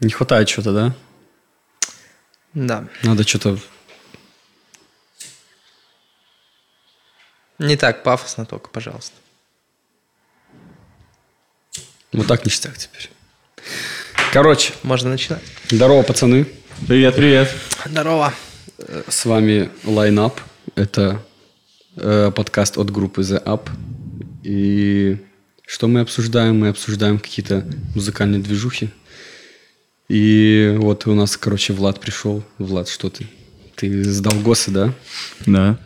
Не хватает что-то, да? Да. Надо что-то... Не так пафосно только, пожалуйста. Вот так ништяк теперь. Короче, Можно начинать. здорово, пацаны. Привет, привет. Здорово. Э, С вами Line Up. Это э, подкаст от группы The Up. И что мы обсуждаем? Мы обсуждаем какие-то музыкальные движухи. И вот у нас, короче, Влад пришел. Влад, что ты? Ты сдал ГОСы, да? Да.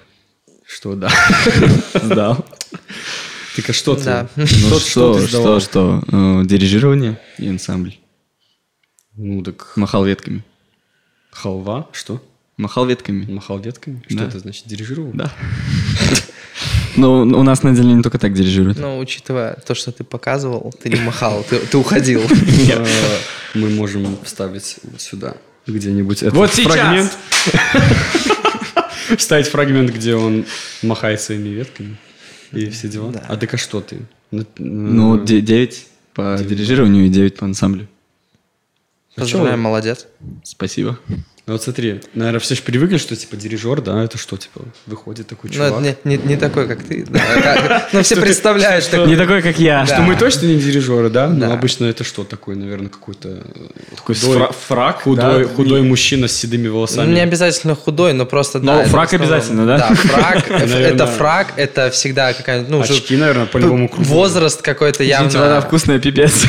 Что, да? Сдал. Ты что ты? Да. Что, Ну ты что, сдавал? что, что? Э, Дирижирование и ансамбль. Ну так Махал ветками. халва, что? Махал ветками. Махал детками? Что Да. это значит? Дирижировал? Да. Ну, у нас на деле не только так дирижируют. Ну, учитывая то, что ты показывал, ты не махал, ты, ты уходил. Э, Мы можем вставить вот сюда где-нибудь этот Вот сейчас! фрагмент. Вставить фрагмент, где он махает своими ветками и все дела. Да. А так а что ты? Ну, т- Ну, э, де- девять по дирижированию и 9 по ансамблю. Поздравляю, молодец. Спасибо. ну Вот смотри, наверное, все же привыкли, что типа дирижер, да, это что, типа, выходит такой Ну, это чувак. не, не- не такой, как ты. да, как- Ну, все представляют, что... Не такой, как я. Что мы точно не дирижеры, да? Да. Но обычно это что такое, наверное, какой-то э, Такой худой- фра- фрак, худой, да? худой мужчина с седыми Ну, не волосами. обязательно худой, но просто... Но да, это фрак в основном- обязательно, да? Да, фрак. э, Наверное. Это фрак, это всегда какая-нибудь... ну, Очки, наверное, по любому кругу. Возраст какой-то Извините, вода явно, вкусная, пипец.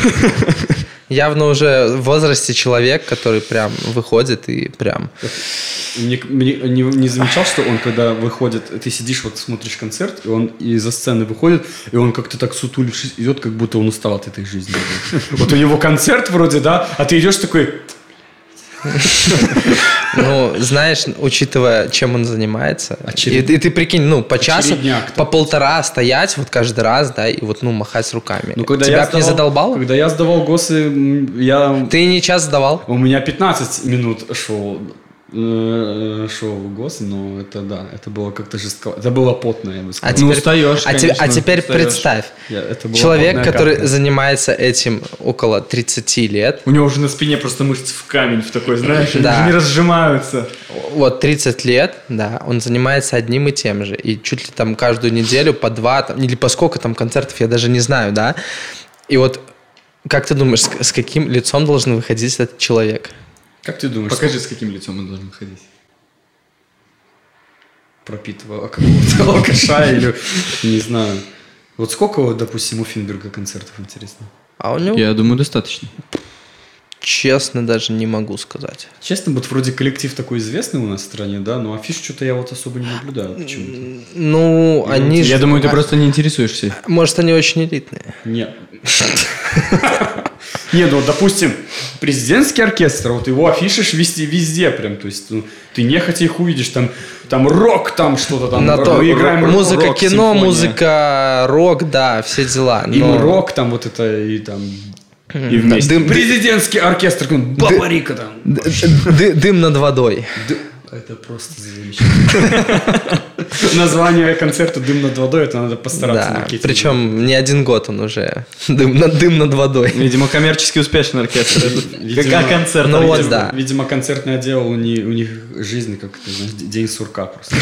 явно уже в возрасте человек, который прям выходит и прям... Мне, мне- не, не замечал, что он, когда выходит, ты сидишь, вот смотришь концерт, и он из-за сцены выходит, и он как-то так сутулившись идет, как будто он устал от этой жизни. Вот у него концерт вроде, да, а ты идешь такой, Ну, знаешь, учитывая, чем он занимается. Очеред- И, и ты прикинь, ну, по часу, А Очередняк там. по полтора стоять вот каждый раз, да, и вот, ну, махать руками. ну когда Тебя я б не сдавал- задолбало? Когда я сдавал госы, м, я Ты не час сдавал? у меня 15 минут шел э, шел гос, но это да, это было как-то жестко, это было потно, я бы сказал. А теперь, устаешь, а, те- а конечно, теперь устаешь. представь, Я- это была А человек, потная который капля. занимается этим около 30 лет, У него уже на спине просто мышцы в камень в такой, знаешь, они Да. же не разжимаются. вот 30 лет, да, он занимается одним и тем же. И чуть ли там каждую неделю по два, там, или по сколько там концертов, я даже не знаю, да. И вот как ты думаешь, с, с каким лицом должен выходить этот человек? Как ты думаешь, Покажи, с каким лицом он должен ходить. пропитывала какого-то алкаша или не знаю. Вот сколько, вот, допустим, у Финберга концертов, интересно? А у него Я думаю, достаточно. Честно, даже не могу сказать. Честно, вот вроде коллектив такой известный у нас в стране, да, но афиш что-то я вот особо не наблюдаю почему-то. Ну, они ж- Я думаю, ты а, просто не интересуешься. Может, они очень элитные. Нет. Не, ну, допустим, президентский оркестр, вот его афишишь везде, везде прям, то есть ну, ты нехотя их увидишь, там, там рок, там что-то там, На р- то- играем рок- музыка, рок, кино, симфония. музыка, рок, да, все дела. и но- рок, там вот это, и там... И вместе. Дым, Президентский оркестр, ну, Бабарика там. д- д- дым над водой. Д- Это просто замечательно. Название концерта «Дым над водой» это надо постараться Да, маркетинг. Причем не один год он уже. Дым над, дым над водой. Видимо, коммерчески успешный оркестр. Видимо. Как концерт. Ну вот, видимо. да. Видимо, концертный отдел, у них, у них жизнь, как это, знаешь, д- день сурка просто.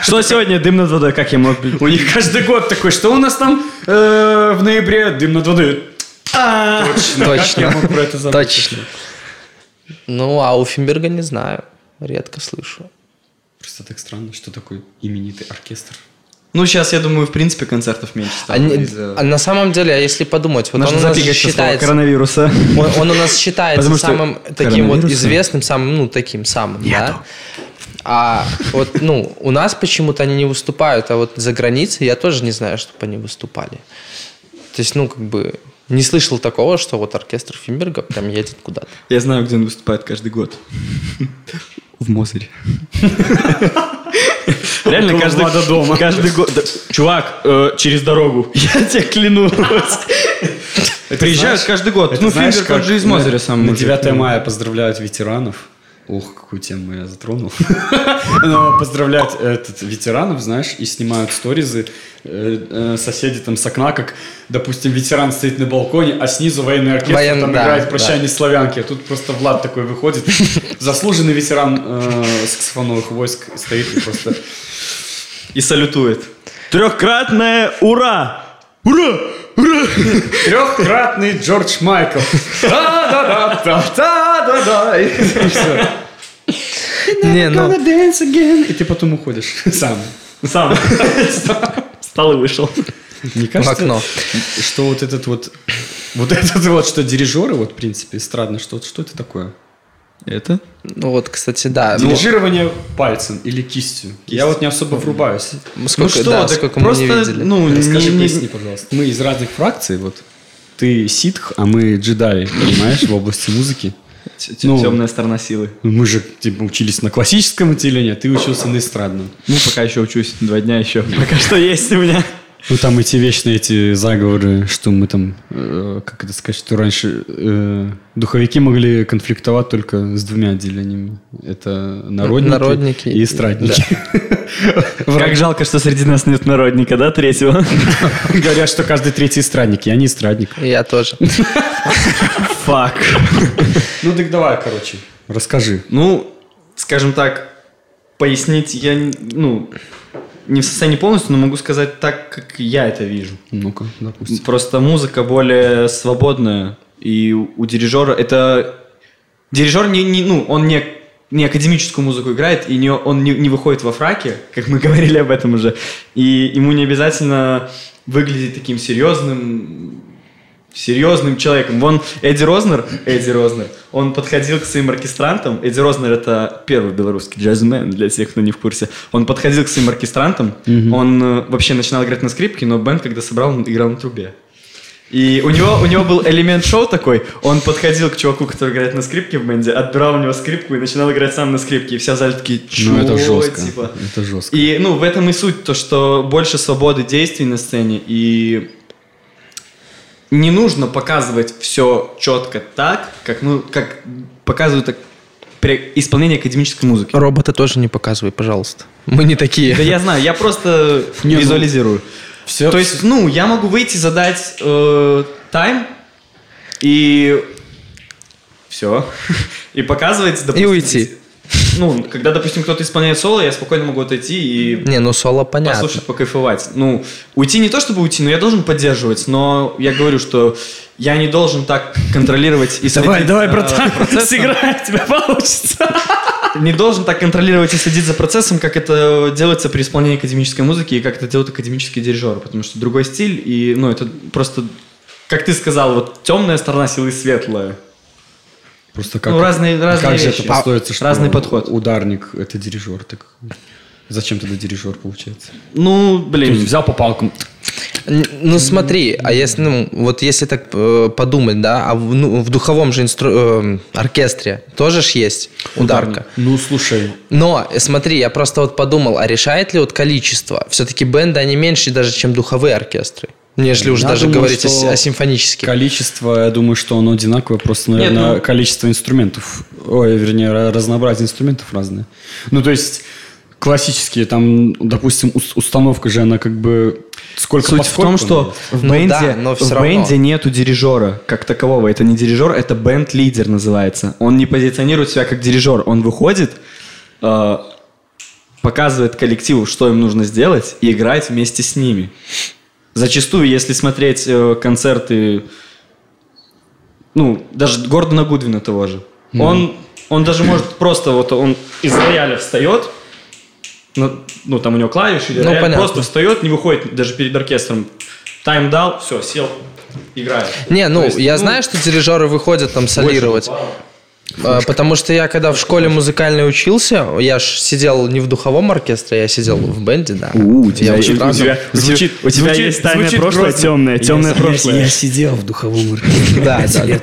Что сегодня? Дым над водой, как я мог... бы- У них каждый год такой, что у нас там э, в ноябре «Дым над водой». А, Точно. Как я Точно. мог про это забыть? Точно. Ну, а у Финберга не знаю. Редко слышу. Просто так странно, что такой именитый оркестр. Ну, сейчас, я думаю, в принципе, концертов меньше стало. Они- из-за- а на самом деле, а если подумать, вот он Нужно у нас запикать со слова считается коронавируса. Он, он у нас считается Потому что самым таким вот коронавируса- известным, самым, ну, таким самым, да? А вот, ну, у нас почему-то они не выступают, а вот за границей я тоже не знаю, чтобы они выступали. То есть, ну, как бы, не слышал такого, что вот оркестр Финберга прям едет куда-то. Я знаю, где он выступает каждый год. В Мозыре. Реально Около каждый, Влада дома. каждый год. да, чувак, э, через дорогу. Я тебе клянусь. Приезжают знаешь- каждый год. Это Ну, знаешь, Финдер, он как же из на- Мозыря сам. На мужик. 9 мая поздравляют ветеранов. Ох, какую тему я затронул. Но поздравлять этот, ветеранов, знаешь, и снимают сторизы. э, э, Соседи там с окна, как, допустим, ветеран стоит на балконе, а снизу военный оркестр Воен- там да, играет да. «Прощание славянки». А тут просто Влад такой выходит, заслуженный ветеран э, саксофоновых войск стоит и просто... И салютует. Трехкратное ура! Ура! Ура! Трехкратный Джордж Майкл. Да-да-да, да-да-да. И все. Не, ну, И ты потом уходишь сам. Сам. Встал и вышел. Не в окно. что вот этот вот... Вот этот вот, что дирижеры, вот, в принципе, эстрадно, что, что это такое? Это? Ну вот, кстати, да. ну, Дирижирование пальцем или кистью. Я вот не особо врубаюсь. сколько, ну что, да, так сколько просто, мы не видели. ну, не- Расскажи не- поясни, пожалуйста. Мы из разных фракций, вот. Ты ситх, а мы джедаи, понимаешь, в области музыки. т- Ну. темная сторона силы. Мы же, типа, учились на классическом отделении, а ты учился на эстрадном. Ну, пока еще учусь, два дня еще. Пока что есть у меня. Ну, там эти вечные эти заговоры, что мы там, э, как это сказать, что раньше э, духовики могли конфликтовать только с двумя отделениями. Это народники, Народники и эстрадники. Как жалко, что среди нас нет народника, да, третьего? Говорят, что каждый третий эстрадник, я не эстрадник. Я тоже. Фак. Ну, так давай, короче. Расскажи. Ну, скажем так, пояснить я, н- ну, не в состоянии полностью, но могу сказать так, как я это вижу. Ну-ка, допустим. Просто музыка более свободная, и у у дирижера это... Дирижер, не, не- ну, он не, не академическую музыку играет, и не, он не, не выходит во фраке, как мы говорили об этом уже, и ему не обязательно выглядеть таким серьезным, серьезным человеком. Вон Эдди Рознер, Эдди Рознер, он подходил к своим оркестрантам, Эдди Рознер это первый белорусский джазмен, для тех, кто не в курсе, он подходил к своим оркестрантам, он э, вообще начинал играть на скрипке, но бенд, когда собрал, он играл на трубе. И у него, у него был элемент шоу такой, он подходил к чуваку, который играет на скрипке в бенде, отбирал у него скрипку и начинал играть сам на скрипке, и вся зал такие, Ну, это «Чё?» жестко. типа. Это жестко. И, ну, в этом и суть, то, что больше свободы действий на сцене, и не нужно показывать все четко так, как, ну, как показывают так, при исполнении академической музыки. Робота тоже не показывай, пожалуйста. Мы не такие. Да я знаю, я просто Не, ну, визуализирую. Все, То есть, ну, я могу выйти, задать э, тайм и все. И показывать, допустим, уйти. Ну, когда, допустим, кто-то исполняет соло, я спокойно могу отойти и Не, ну соло понятно. послушать, покайфовать. Ну, уйти не то чтобы уйти, но я должен поддерживать. Но я говорю, что я не должен так контролировать и Давай, следить давай, за братан, процессом. сыграй, у тебя получится. Не должен так контролировать и следить за процессом, как это делается при исполнении академической музыки и как это делают академические дирижеры, потому что другой стиль и, ну, это просто, как ты сказал, вот темная сторона силы и светлая. Просто как, ну, разные- разные как же вещи. это построится, что Разный подход. ударник – это дирижер. Так зачем тогда дирижер получается? Ну, блин, взял по палкам. Н- Ну смотри, а если, ну, вот если так э, подумать, да, а в, ну, в духовом же инстру- эм, оркестре тоже ж есть ударка. Ну, слушай, Но э, смотри, я просто вот подумал, а решает ли вот количество? Все-таки бенды, они меньше даже, чем духовые оркестры. Нежели уж Я даже думаю, говорить о, что си- о симфонических. Количество, я думаю, что оно одинаковое, просто, Нет, наверное, ну- количество инструментов, ой, вернее, ра- разнообразие инструментов разное. Ну, то есть классические, там, допустим, ус- установка же, она как бы сколько Суть в поскольку, том, что наверное. в Ну да, бенде, но всё в равно. бенде нету дирижера как такового. Это не дирижер, это бенд-лидер называется. Он не позиционирует себя как дирижер. Он выходит, э, показывает коллективу, что им нужно сделать, и играет вместе с ними. Зачастую, если смотреть э, концерты, ну, даже Гордона Гудвина того же, он, он даже может просто вот он из рояля встает, ну, ну, там у него клавиши, или Ну, рояль, понятно. просто встает, не выходит даже перед оркестром. Тайм дал, все, сел, играет. Не, ну То есть, я знаю, что дирижеры выходят там солировать. Э, Потому что я когда в школе музыкальной учился, я ж сидел не в духовом оркестре, я сидел в бенде, да. У тебя, Я есть- у утром- тебя- у тебя- Звучит- у тебя звучит- есть тайное звучит прошлое, грозно. темное, темное прошлое. сидел в духовом Да, да, да.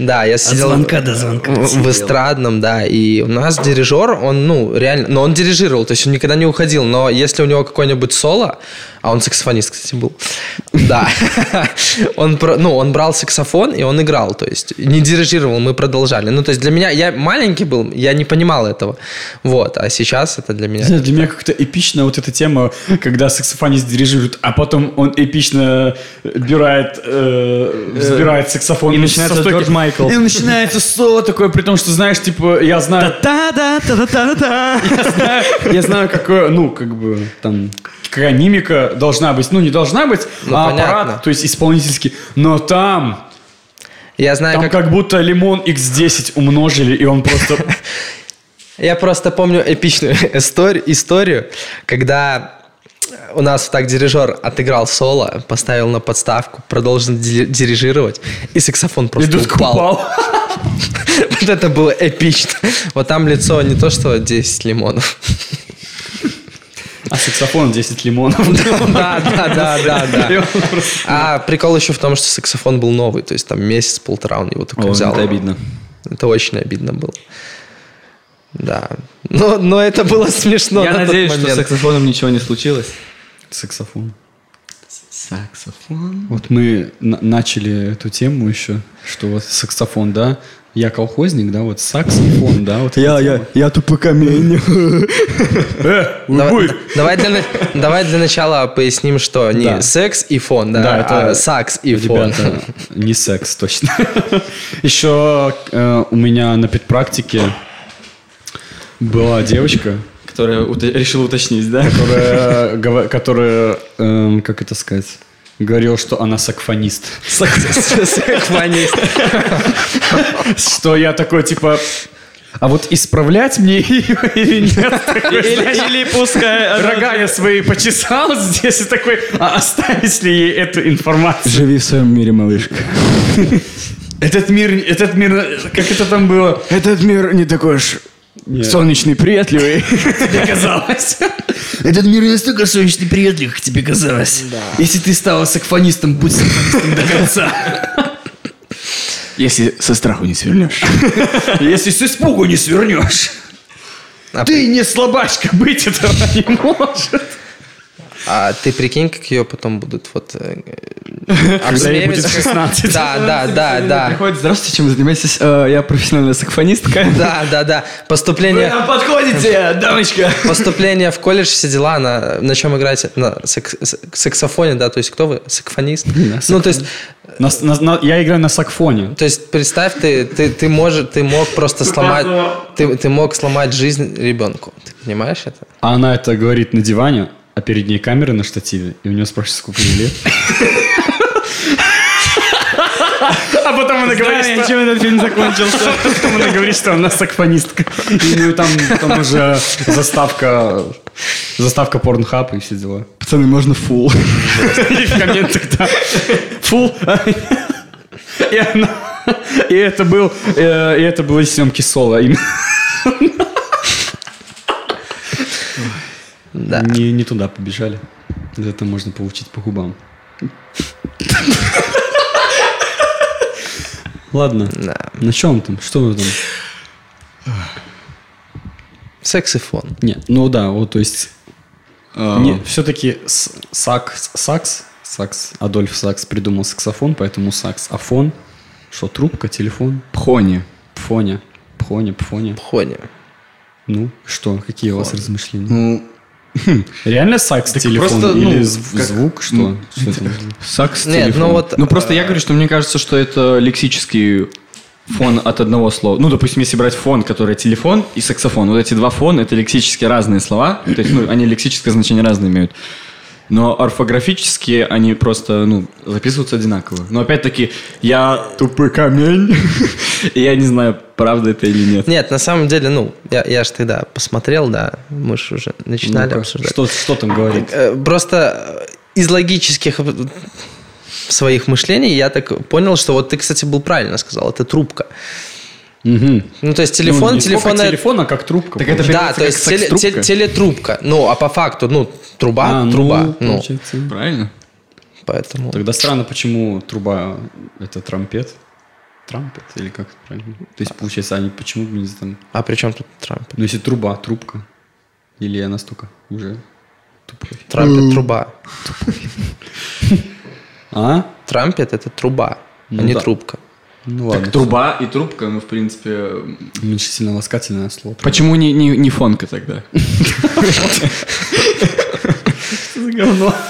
Да, я сидел звонка до звонка в- в эстрадном, да, и у нас дирижер, он, ну, реально, но он дирижировал, то есть он никогда не уходил, но если у него какое-нибудь соло, а он саксофонист, кстати, был, да, он, про- ну, он брал саксофон, и он играл, то есть не дирижировал, мы продолжали, ну, то есть есть для меня, я маленький был, я не понимал этого. Вот, а сейчас это для меня... Не знаю, Для меня как-то эпично вот эта тема, когда саксофонист дирижирует, а потом он эпично отбирает, э, взбирает саксофон. и начинается со стойки. Джордж Майкл. И начинается соло такое, при том, что знаешь, типа, я знаю... Я знаю, я знаю, какое, ну, как бы, Там какая мимика должна быть. Ну, не должна быть, Ну, а понятно. аппарат, то есть исполнительский. Но там, А, Я знаю, там как... как... будто лимон X10 умножили, и он просто... Я просто помню эпичную историю, историю, когда у нас так дирижер отыграл соло, поставил на подставку, продолжил ди- дирижировать, и саксофон просто Идут упал. упал. Вот это было эпично. Вот там лицо не то, что 10 лимонов. А саксофон 10 лимонов. Да, да, да, да, да. А прикол еще в том, что саксофон был новый, то есть там месяц-полтора он его только О, взял. это обидно. Это очень обидно было. Да. Но, но это было смешно. Я на тот надеюсь, что с момент. саксофоном ничего не случилось. саксофон. Саксофон? Вот мы на- начали эту тему еще, что вот саксофон, да, я колхозник, да, вот саксофон, да, вот эта тема. я тупо камень. Э, Давай, уй-буй. давай, для, на- давай для начала поясним, что не Да. секс и фон, да, Да, это- а сакс и фон. Ребята, не секс, точно. Еще э, у меня на педпрактике была девочка, Которая уто- решила уточнить, да? которая, гова- которая, эм, как это сказать, говорила, что она сакфонист. Саксофонист. Что я такой, типа... А вот исправлять мне ее или нет? Такой, знаешь, Или пускай... Рога я свои почесал здесь и такой, а оставить ли ей эту информацию? Живи в своем мире, малышка. Этот мир, этот мир, как это там было, Этот мир не такой уж солнечный, приветливый. тебе казалось. Этот мир не настолько солнечный, приветливый, как тебе казалось. Если ты стала саксофонистом, будь саксофонистом до конца. Если со страху не свернешь. Если с испугу не свернешь. А Ты не слабачка, быть этого не может. А ты прикинь, как ее потом будут вот... э, э, обсмеивать, как- 16. Да, да, да, да. Приходит, здравствуйте, чем вы занимаетесь? «Э, Я профессиональная саксофонистка. Да, да, да. Поступление, подходите, дамочка. поступление в колледж, все дела, на, на чем играть? На сакс- с- саксофоне, да, то есть кто вы? Саксофонист? Ну, то есть, На с- на- на- я играю на сакфоне. то есть представь, ты, ты, ты, можешь, ты мог просто сломать... Ты, ты мог сломать жизнь ребенку. Ты понимаешь это? А она это говорит на диване, а перед ней камера на штативе, и у нее спрашивают, сколько ей лет. А потом она говорит, что... чем этот фильм закончился. Потом она говорит, что она саксофонистка. И, ну и там, там уже заставка, заставка порнхаб и все дела. Пацаны, можно И фул. в комментах, да. Фул. И она- И это был... э, И это были съемки соло. именно. Да. Не, не туда побежали. За это можно получить по губам. Ладно. Да. На чем там? Что вы там? Саксофон. Нет, ну да, вот то есть... а, все-таки Сакс, Сакс, Сакс, Адольф Сакс придумал саксофон, поэтому Сакс. А фон? Что, трубка, телефон? Пхони. Пфоня. Пфоня, пфоня. Хоня. Ну, что, какие у вас размышления? Ну, хм. Реально сакс телефон просто, ну, или зв- как- звук, что? Что это? сакс Нет, ну вот... Ну просто я говорю, что мне кажется, что это лексический фон от одного слова. Ну, допустим, если брать фон, который телефон и саксофон, вот эти два фон это лексически разные слова, то есть, ну, они лексическое значение разное имеют. Но орфографически они просто, ну, записываются одинаково. Но опять-таки, я тупый камень, и я не знаю, правда это или нет. Нет, на самом деле, ну, я, я ж тогда посмотрел, да, мы же уже начинали Ну-ка, обсуждать. Ну, что, что там говорит? Э, Просто э, из логических э, своих мышлений я так понял, что вот ты, кстати, был правильно сказал, это трубка. Ну, то есть телефон, не сколько телефонная... телефона, как трубка. Так это Да, переводится то как есть теле- секс-трубка. те- телетрубка. Ну, а по факту, ну, труба, А, ну, труба. Ну, получается. Правильно? поэтому... Тогда странно, почему труба э, это трампет. Трампет или как это правильно? То есть, получается, они почему бы не там... А при чем тут Трамп? Ну, если труба, трубка. Или я настолько уже тупой. Трампет труба. А? Трампет это труба, а Ну не да. трубка. Ну Так труба и трубка, ну, в принципе... Уменьшительно ласкательное слово. Почему не, не, не фонка тогда?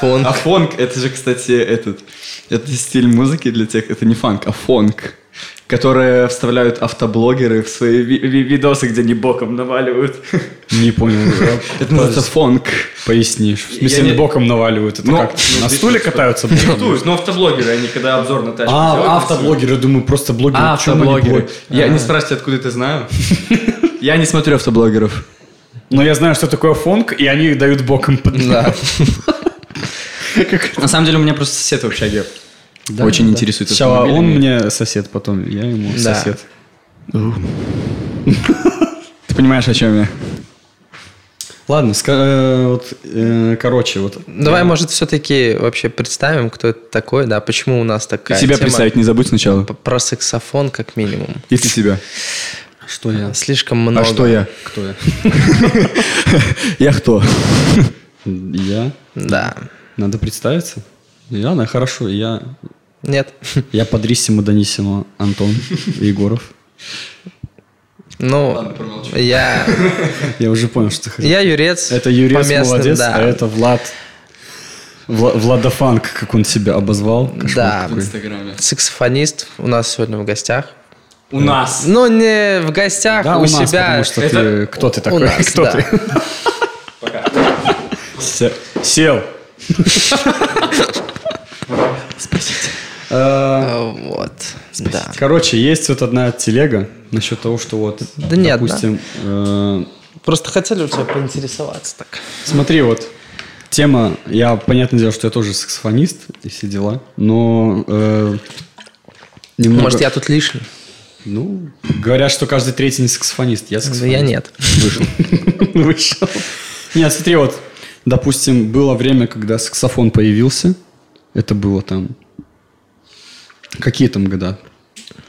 Фон. А фонк, это же, кстати, этот... Это стиль музыки для тех... Это не фанк, а фонк. Которые вставляют автоблогеры в свои ви- ви- видосы, где они боком наваливают. Не понял. Это называется фонк. Пояснишь. В Я смысле, не- они боком наваливают. Это Ну, как? ну, На ты- стуле ты- катаются? Диктуют, но автоблогеры, они когда обзор на тачку делают, А, автоблогеры, думаю, просто блогеры. А, Чё, они автоблогеры. бро- Я не спрашивайте, откуда это знаю. Я не смотрю автоблогеров. Но я знаю, что такое фонк, и они дают боком под... Да. На самом деле у меня просто сосед в общаге. Да, Очень да. интересует Сначала автомобилями. он мне сосед, потом я ему Да. сосед. Ты понимаешь, о чем я? Ладно, ска- э, вот, э, короче, вот Давай, может, все-таки вообще представим, кто это такой, да, почему у нас такая Э, Себя тема представить не забудь сначала. п- Про саксофон, как минимум. И ты себя. что я, Слишком много. А что я? кто я? Я кто? Я? Да. Надо представиться? Ладно, хорошо, я, Нет. я Подрисимо Данисимо Антон Егоров. Ну, я... Я уже понял, что ты хотел. Я Юрец. Это Юрец по местным, молодец, да. а это Влад... Вла- Владофанк, как он себя обозвал. Да. какой. Инстаграме. Саксофонист у нас сегодня в гостях. У нас. Ну, не в гостях, Да, у, у, нас, себя. потому что Это ты... Кто ты у такой? нас, Кто да. ты? Се- Сел. Спасите. А, Вот. Да. Э, Короче, есть вот одна телега насчет того, что вот, Да не одна. допустим, э, Просто хотели у тебя поинтересоваться так. Смотри, вот тема, я, понятное дело, что я тоже саксофонист и все дела, но э, немного... Может, я тут лишний? Ну, говорят, что каждый третий не саксофонист, я Да саксофонист. Ну, я нет. Вышел. Вышел. Нет, смотри, вот, допустим, было время, когда саксофон появился, это было там... Какие там года?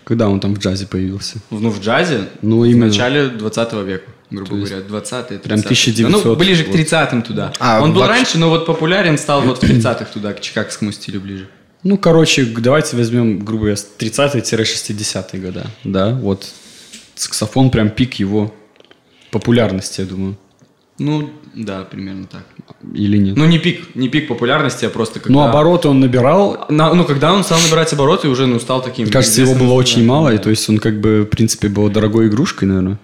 Когда он там в джазе появился? Ну, в джазе Ну, в именно. начале 20 века, грубо говоря. 20 прям 1900 Ну, ближе к вот. 30-м туда. А, Он был вообще- раньше, но вот популярен стал вот в 30-х туда, к чикагскому стилю ближе. Ну, короче, г- давайте возьмем, грубо говоря, 30-60-е года. Да, вот саксофон прям пик его популярности, я думаю. Ну, да, примерно так. Или нет? Ну, Ну, не пик, не пик популярности, а просто когда... обороты он набирал. На- ну, когда он стал набирать обороты, уже, ну, стал таким... Кажется, его известным было очень музыкантом. мало, и то есть он как бы, в принципе, был дорогой игрушкой, наверное.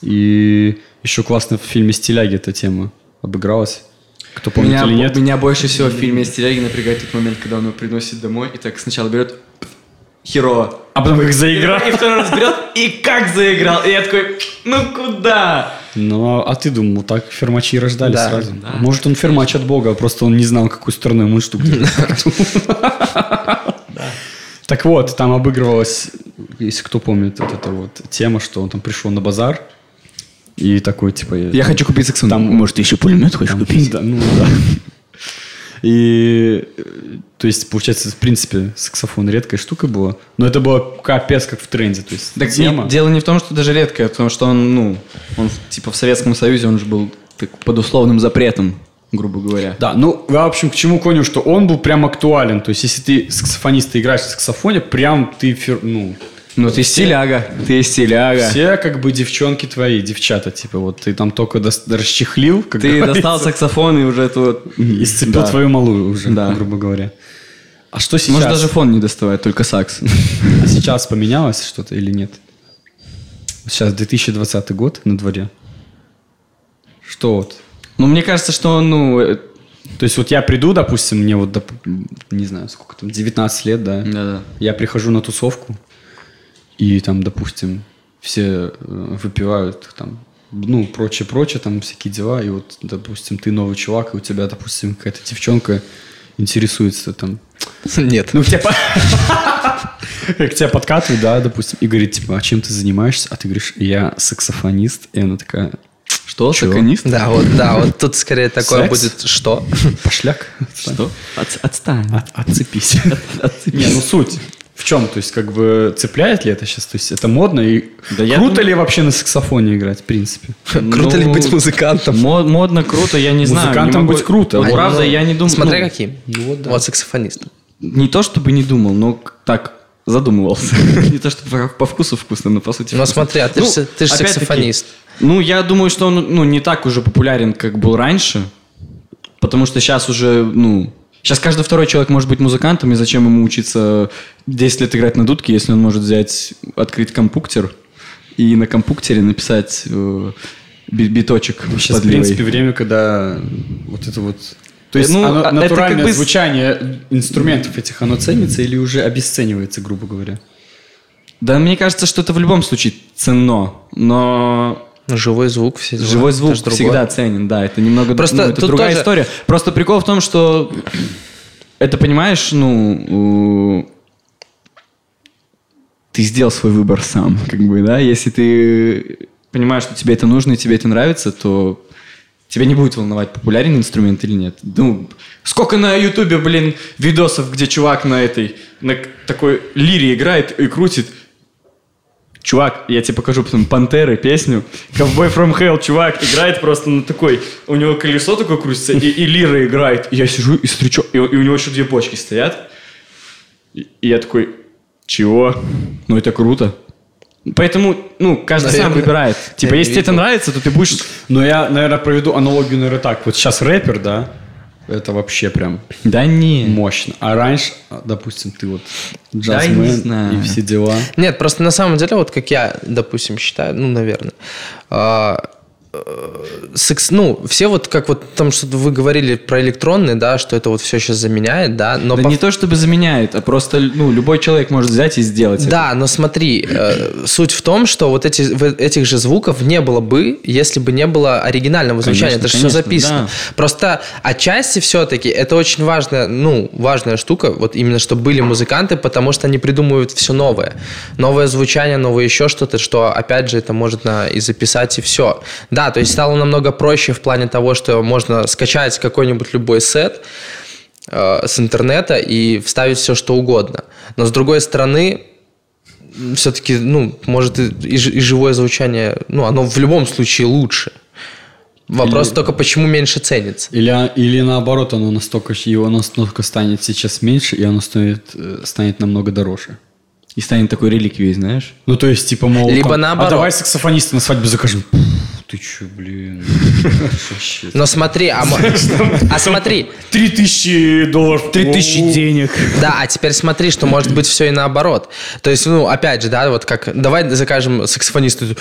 И еще классно в фильме «Стиляги» эта тема обыгралась. Кто помнит Меня, или нет? меня больше всего в фильме «Стеряги» напрягает тот момент, когда он его приносит домой и так сначала берет херово. А потом как заиграл. И второй раз берет и как заиграл. И я такой, ну куда? Ну, а ты думал, так фермачи и рождались Да. сразу. Может, он фермач от бога, а просто он не знал, какую сторону ему штуку. Так вот, там обыгрывалась, если кто помнит, вот эта вот тема, что он там пришел на базар и такой, типа... Я хочу купить саксон. Там- Может, ты еще пулемет хочешь купить? Да, ну да. И, э, то есть, получается, в принципе, саксофон редкая штука была. Но это было капец как в тренде. То есть, Так тема... не- дело не в том, что даже редкое, а в том, что он, ну, он типа в Советском Союзе он же был так, под условным запретом, грубо говоря. Да, ну, в общем, к чему коню, что он был прям актуален. То есть, если ты саксофонист, ты играешь в саксофоне, прям ты, фер- ну, Ну ты стиляга, ты стиляга. все как бы девчонки твои, девчата, типа, вот ты там только дос- расчехлил, как Ты говорится, достал саксофон и уже тут... и сцепил Да. твою малую уже, Да. грубо говоря. А что сейчас? Может даже фон не доставать, только сакс. А сейчас поменялось что-то или нет? Сейчас 2020 год на дворе. Что вот? Ну мне кажется, что он, ну... э, То есть вот я приду, допустим, мне вот, доп- не знаю, сколько там, 19 лет, да? Да-да. Я прихожу на тусовку, и там, допустим, все э, выпивают там, ну, прочее, прочее, там всякие дела, и вот, допустим, ты новый чувак, и у тебя, допустим, какая-то девчонка интересуется там. Нет. Ну, к тебе, по- к тебе подкатывают, да, допустим, и говорит, типа, а чем ты занимаешься? А ты говоришь, я саксофонист, и она такая, Что? Чё? Саконист? Да, вот, да, вот тут скорее такое Секс? будет что? пошляк. Что? Отс- Отстань. От- отцепись. Не, ну суть. В чем? То есть, как бы цепляет ли это сейчас? То есть, это модно и Да я круто ли вообще на саксофоне играть, в принципе? Круто ли Ну, быть музыкантом? Мо- Модно, круто, я не знаю. Музыкантам не могу- быть круто. Вот А, Ну, Правда, Ну, я не думал. Ну, Смотря ну, каким. вот, саксофонист. Не то, чтобы не думал, но к- так задумывался. Не то, что по, по вкусу вкусно, но по сути Но вкусно. смотри, а ты Ну, ж се- ты же опять-таки, саксофонист. Ну, я думаю, что он ну, не так уже популярен, как был раньше. Потому что сейчас уже, ну... Сейчас каждый второй человек может быть музыкантом, и зачем ему учиться 10 лет играть на дудке, если он может взять, открыть компуктер и на компуктере написать э, би- биточек Сейчас, под в принципе, левой. время, когда вот это вот... То То есть есть оно- натуральное натуральное звучание инструментов этих, оно ценится или уже обесценивается, грубо говоря? Да, мне кажется, что это в любом случае ценно, но Живой звук все дела. Живой Это звук ж другое. всегда ценен, да, это немного Просто ну, это тут другая тоже- история. Просто прикол в том, что это понимаешь, ну э, ты сделал свой выбор сам, как бы, да, если ты понимаешь, что тебе это нужно и тебе это нравится, то тебя не будет волновать, популярен инструмент или нет. Ну, сколько на Ютубе, блин, видосов, где чувак на этой, на к- такой лире играет и крутит, Чувак, я тебе покажу потом Пантеры песню. Ковбой from Hell, чувак, играет просто на такой... У него колесо такое крутится, и, и лира играет. И я сижу и встречу... И, у- и у него еще две бочки стоят. И, и я такой, чего? Ну это круто. Поэтому, ну, каждый сам Наверное. выбирает. Типа, не если тебе это видел. нравится, то ты будешь... Но я, наверное, проведу аналогию, наверное, так. Вот сейчас рэпер, да, это вообще прям Да не. мощно. А раньше, допустим, ты вот я не джазмен знаю. и все дела. Нет, просто на самом деле, вот как я, допустим, считаю, ну, наверное, а, э, секс, ну, все вот, как вот там, что вы говорили про электронные, да, что это вот все сейчас заменяет, да, но Да по не то чтобы заменяет, а просто, ну, любой человек может взять и сделать это. Да, но смотри, э, суть в том, что вот эти, в- этих же звуков не было бы, если бы не было оригинального звучания. Конечно, это же конечно, все записано. Просто отчасти все-таки это очень важная, ну, важная штука, вот именно, что были музыканты, потому что они придумывают все новое. Новое звучание, новое еще что-то, что, опять же, это можно и записать, и все. Да, то есть стало намного проще в плане того, что можно скачать какой-нибудь любой сет, э, с интернета и вставить все, что угодно. Но с другой стороны, все-таки, ну, может, и, и ж- и живое звучание, ну, оно в любом случае лучше. Вопрос только, почему меньше ценится. Или, или наоборот, оно настолько, щ- его настолько станет сейчас меньше, и оно станет, э, станет намного дороже. И станет такой реликвией, знаешь? Ну, то есть, типа, мол, Либо там, наоборот. а давай саксофониста на свадьбу закажем. Пф, Ты че, блин? Но смотри, а, мо- а смотри, Три тысячи долларов. Три тысячи денег. да, а теперь смотри, что может быть все и наоборот. То есть, ну, опять же, да, вот как, давай закажем саксофонисту.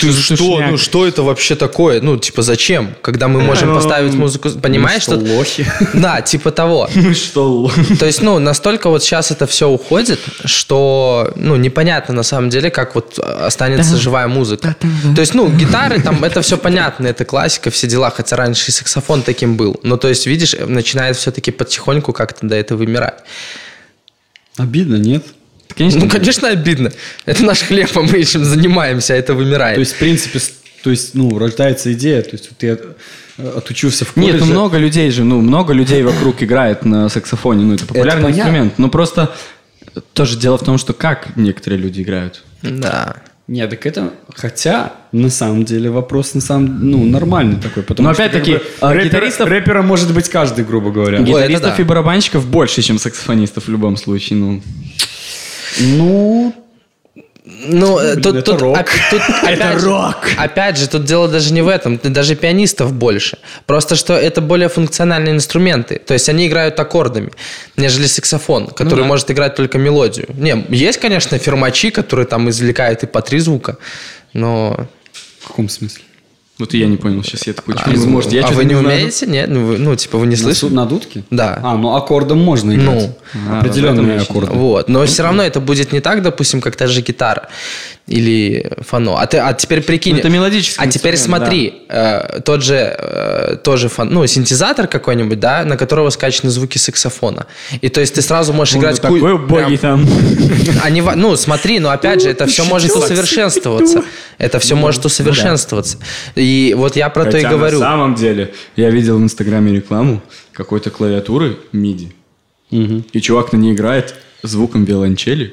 Ты за что? шняга? Ну, что это вообще такое? Ну, типа, зачем? Когда мы можем поставить музыку, понимаешь, что... лохи. Да, типа того. Ну что, То есть, ну, настолько вот сейчас это все уходит, что, ну, непонятно на самом деле, как вот останется живая музыка. То есть, ну, гитары там, это все понятно, это классика, все дела, хотя раньше и саксофон таким был. Но, то есть, видишь, начинает все-таки потихоньку как-то до этого вымирать. Обидно, нет? Конечно. Ну, конечно, обидно. Это наш хлеб, а мы этим занимаемся, а это вымирает. То есть, в принципе, с- то есть, ну, рождается идея, то есть, вот ты от- э, отучился в колледже. Нет, ну много людей же, ну много людей вокруг играет на саксофоне, ну это популярный понятно. инструмент, но просто тоже дело в том, что как некоторые люди играют. Да. Нет, так это... Хотя, на самом деле, вопрос, на самом... Ну, нормальный такой, потому Но что, опять-таки, как бы, а, рэпера- гитаристов- рэпера может быть каждый, грубо говоря. это Гитаристов да. и барабанщиков больше, чем саксофонистов в любом случае, ну. Ну, Ну, э, тут, это тут рок. оп- тут опять, рок. Опять же, тут дело даже не в этом. т- Даже пианистов больше. Просто, что это более функциональные инструменты. То есть, они играют аккордами, нежели саксофон, который может играть только мелодию. Не, есть, конечно, фермачи, которые там извлекают и по три звука, но... в каком смысле? Вот и я не понял сейчас, я такой, А, чё, может, я а чё-то вы не знаю. умеете? Нет? Ну, вы- ну, типа, вы не На слышите? су- На дудке? Да. А, ну аккордом можно играть. А, в этом Определенные речь аккорды. Вот, но все равно это будет не так, допустим, как та же гитара или фано. А, ты, а теперь прикинь... Ну, это мелодический А теперь инструмент, смотри, э, тот же э, тоже фон, ну, синтезатор какой-нибудь, да, на которого скачаны звуки саксофона. И то есть ты сразу можешь играть... ку- Ну, Такой убогий прям- там. Они во- ну, смотри, но опять же, это все может усовершенствоваться. Это все может усовершенствоваться. И вот я про А то и Ну, Хотя говорю. на самом деле, я видел в инстаграме рекламу какой-то клавиатуры MIDI. И чувак на ней играет звуком виолончели.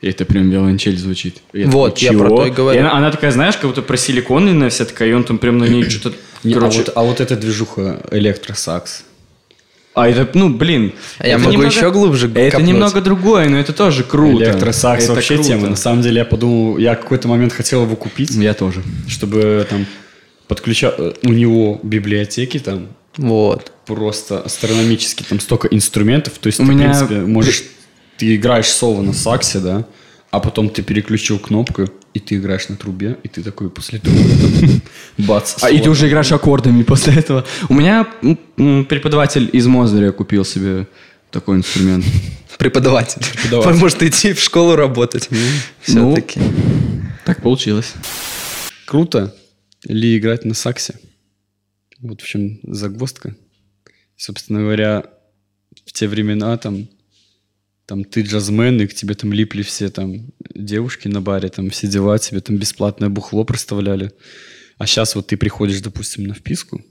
И это прям виолончель звучит. И Вот, я про «Чего?» то и говорю. она, она такая, знаешь, как будто про силиконная вся такая, и он там прям на ней что-то... Не, а, короче, вот, а вот эта движуха электросакс. А это, ну, блин. А я это могу немного- еще глубже Это копнуть. немного другое, но это тоже Ну, круто. Электросакс Это вообще круто. тема. На самом деле я подумал, я какой-то момент хотел его купить, Я тоже. чтобы там подключать... У него библиотеки там Вот. просто астрономически, там столько инструментов, то есть У ты, меня- в принципе, можешь... Ты играешь соло на саксе, да, а потом ты переключил кнопку, и ты играешь на трубе, и ты такой после трубы, там, бац, А, и ты соло. уже играешь аккордами после этого. У меня м, м, преподаватель из Мозыря купил себе такой инструмент. Преподаватель. Он может идти в школу работать. Ну. Все-таки. Так получилось. Круто ли играть на саксе? Вот в чем загвоздка. Собственно говоря, в те времена там, там ты джазмен, и к тебе там липли все там девушки на баре, там все дела, тебе там бесплатное бухло проставляли. А сейчас вот ты приходишь, допустим, на вписку,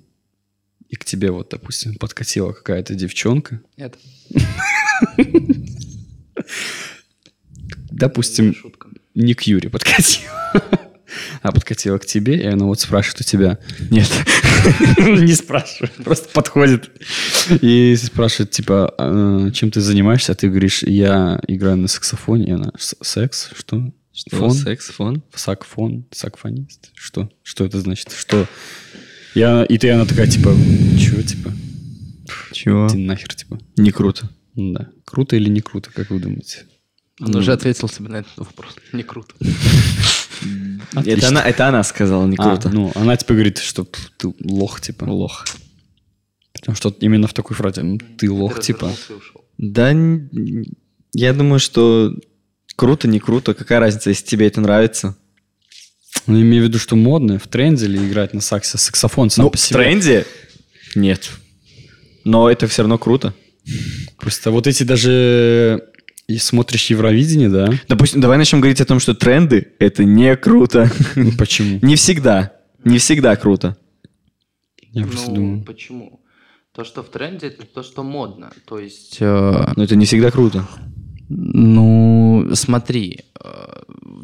и к тебе вот, допустим, подкатила какая-то девчонка. Нет. Допустим, не к Юре подкатила, а подкатила к тебе, и она вот спрашивает у тебя, Нет. не спрашивает, просто подходит. И спрашивает, типа, «А, чем ты занимаешься? А ты говоришь, я играю на саксофоне. И она, «С- секс? Что? Фон? Секс, фон. Сакфон? Сакфонист? Что? Что это значит? Что? Я, и ты, она такая, типа, чего, типа, Чего? ты нахер, типа. Ну Не круто. Да. Круто или не круто, как вы думаете? Ну. Он уже ответил себе на этот вопрос. Не круто. Это она, это она сказала, не А, круто. ну, она, типа, говорит, что «Пф, ты лох, типа. Лох. Потому что именно в такой фразе, «М, ты лох, типа. Да, н- я думаю, что круто, не круто. Какая разница, если тебе это нравится? Ну, я имею в виду, что модно, в тренде ли играть на саксе саксофон Ну, сам по себе. тренде? Нет. Но это все равно круто. Просто вот эти даже... И смотришь Евровидение, да? Допустим, давай начнем говорить о том, что тренды — это не круто. Ну, Почему? Не всегда. Не всегда круто. Я просто думаю. Ну, почему? То, что в тренде, это то, что модно. То есть... э, Но это не всегда круто. Ну, смотри. э,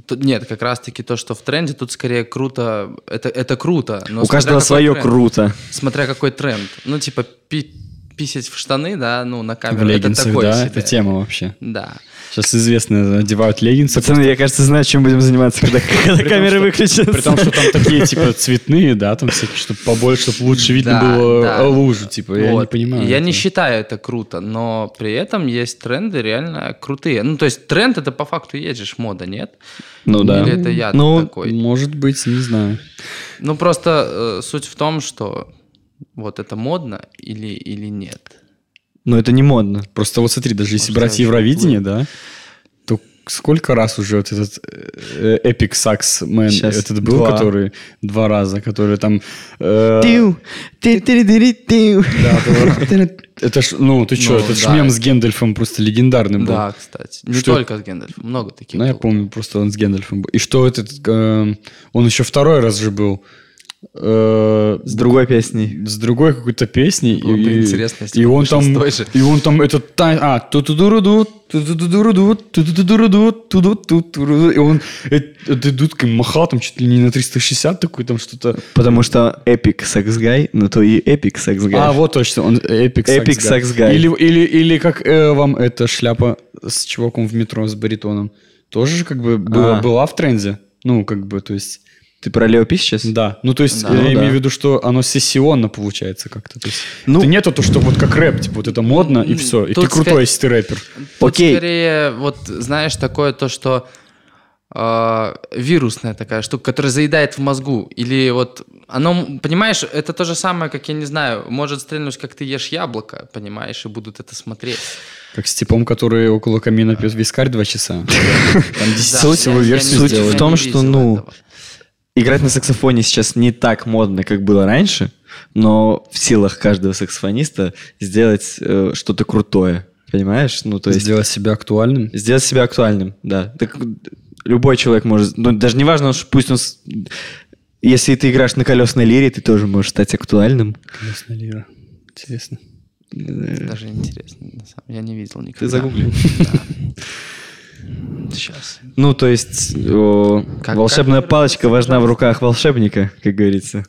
тут- Нет, как раз-таки то, что в тренде, тут скорее круто. Это, это круто. но У смотря каждого какой свое тренд. круто. Смотря какой тренд. Ну, типа, пи- писать в штаны, да, ну, на В камеру. Это леггинсах, такое да? себе. Это тема вообще. Да. Сейчас известно, одевают леггинсы. Пацаны, я, кажется, знаю, чем будем заниматься, когда, когда камеры выключатся. При том, что там такие, типа, цветные, да, там всякие, чтобы побольше, чтобы лучше видно Да, было да. э, лужу, типа, я не Вот. понимаю. Я этого. не считаю это круто, но при этом есть тренды реально крутые. Ну, то есть тренд это по факту едешь, мода, нет? Ну да. Или это я Ну, такой? Может быть, не знаю. Ну, просто э, суть в том, что вот это модно или, или нет. Но это не модно. Просто вот смотри, даже если Может, брать я Евровидение, да, то сколько раз уже вот этот э, э, Epic Sax Man Щас этот был, два. который два раза, который там... э, Тю, ты- ты- ты- ты- ты. да, который- это ж, ну ты что, Ну, это ж да. мем с Гендельфом просто легендарный был. Да, кстати. Не Что- только с Гендальфом, много таких. Ну, я было. помню, просто он с Гендельфом был. И что этот... э, он еще второй раз же был. э, С другой песней. с другой какой-то песней. Было бы и, интересно, если и бы он пришел там, с той же. и он там этот тан... А, ту-ту-ду-ру-ду, ту-ту-ду-ру-ду, ту-ту-ду-ру-ду, ту-ду-ту-ру-ду. И он дудкой махал там чуть ли не на 360 такой, там что-то... Потому что Epic Sex Guy, ну то и Epic Sex Guy. А, вот точно, он Эпик Epic Sax Guy. Или, или, или как э, вам эта шляпа с чуваком в метро с баритоном. Тоже же как бы была, А. была в тренде. Ну, как бы, то есть... Ты про Лео Пи сейчас? Да, ну то есть Да. я Ну, да. имею в виду, что оно сессионно получается как-то. То есть, Ну. это нету то, что вот как рэп, типа вот это модно и М, все, и ты тут крутой, ска- если ты рэпер. Тут Окей. скорее, вот знаешь, такое то, что э, вирусная такая штука, которая заедает в мозгу. Или вот оно, м, понимаешь, это то же самое, как я не знаю, может стрельнуть, как ты ешь яблоко, понимаешь, и будут это смотреть. Как с типом, который около камина пьет вискарь два часа. Там Да, я- десятичасовую я не- версию суть я сделали. в не том, что, видел ну, этого. Играть на саксофоне сейчас не так модно, как было раньше, но в силах каждого саксофониста сделать э, что-то крутое, понимаешь? Ну, то есть Сделать себя актуальным. сделать себя актуальным, да. Так любой человек может, ну, даже неважно, уж пусть он... с- Если ты играешь на колесной лире, ты тоже можешь стать актуальным. Красная лира. Интересно. Даже интересно, на самом я не видел никогда. загугли. Сейчас. Ну, то есть, о, Как- волшебная палочка важна в руках волшебника, как говорится.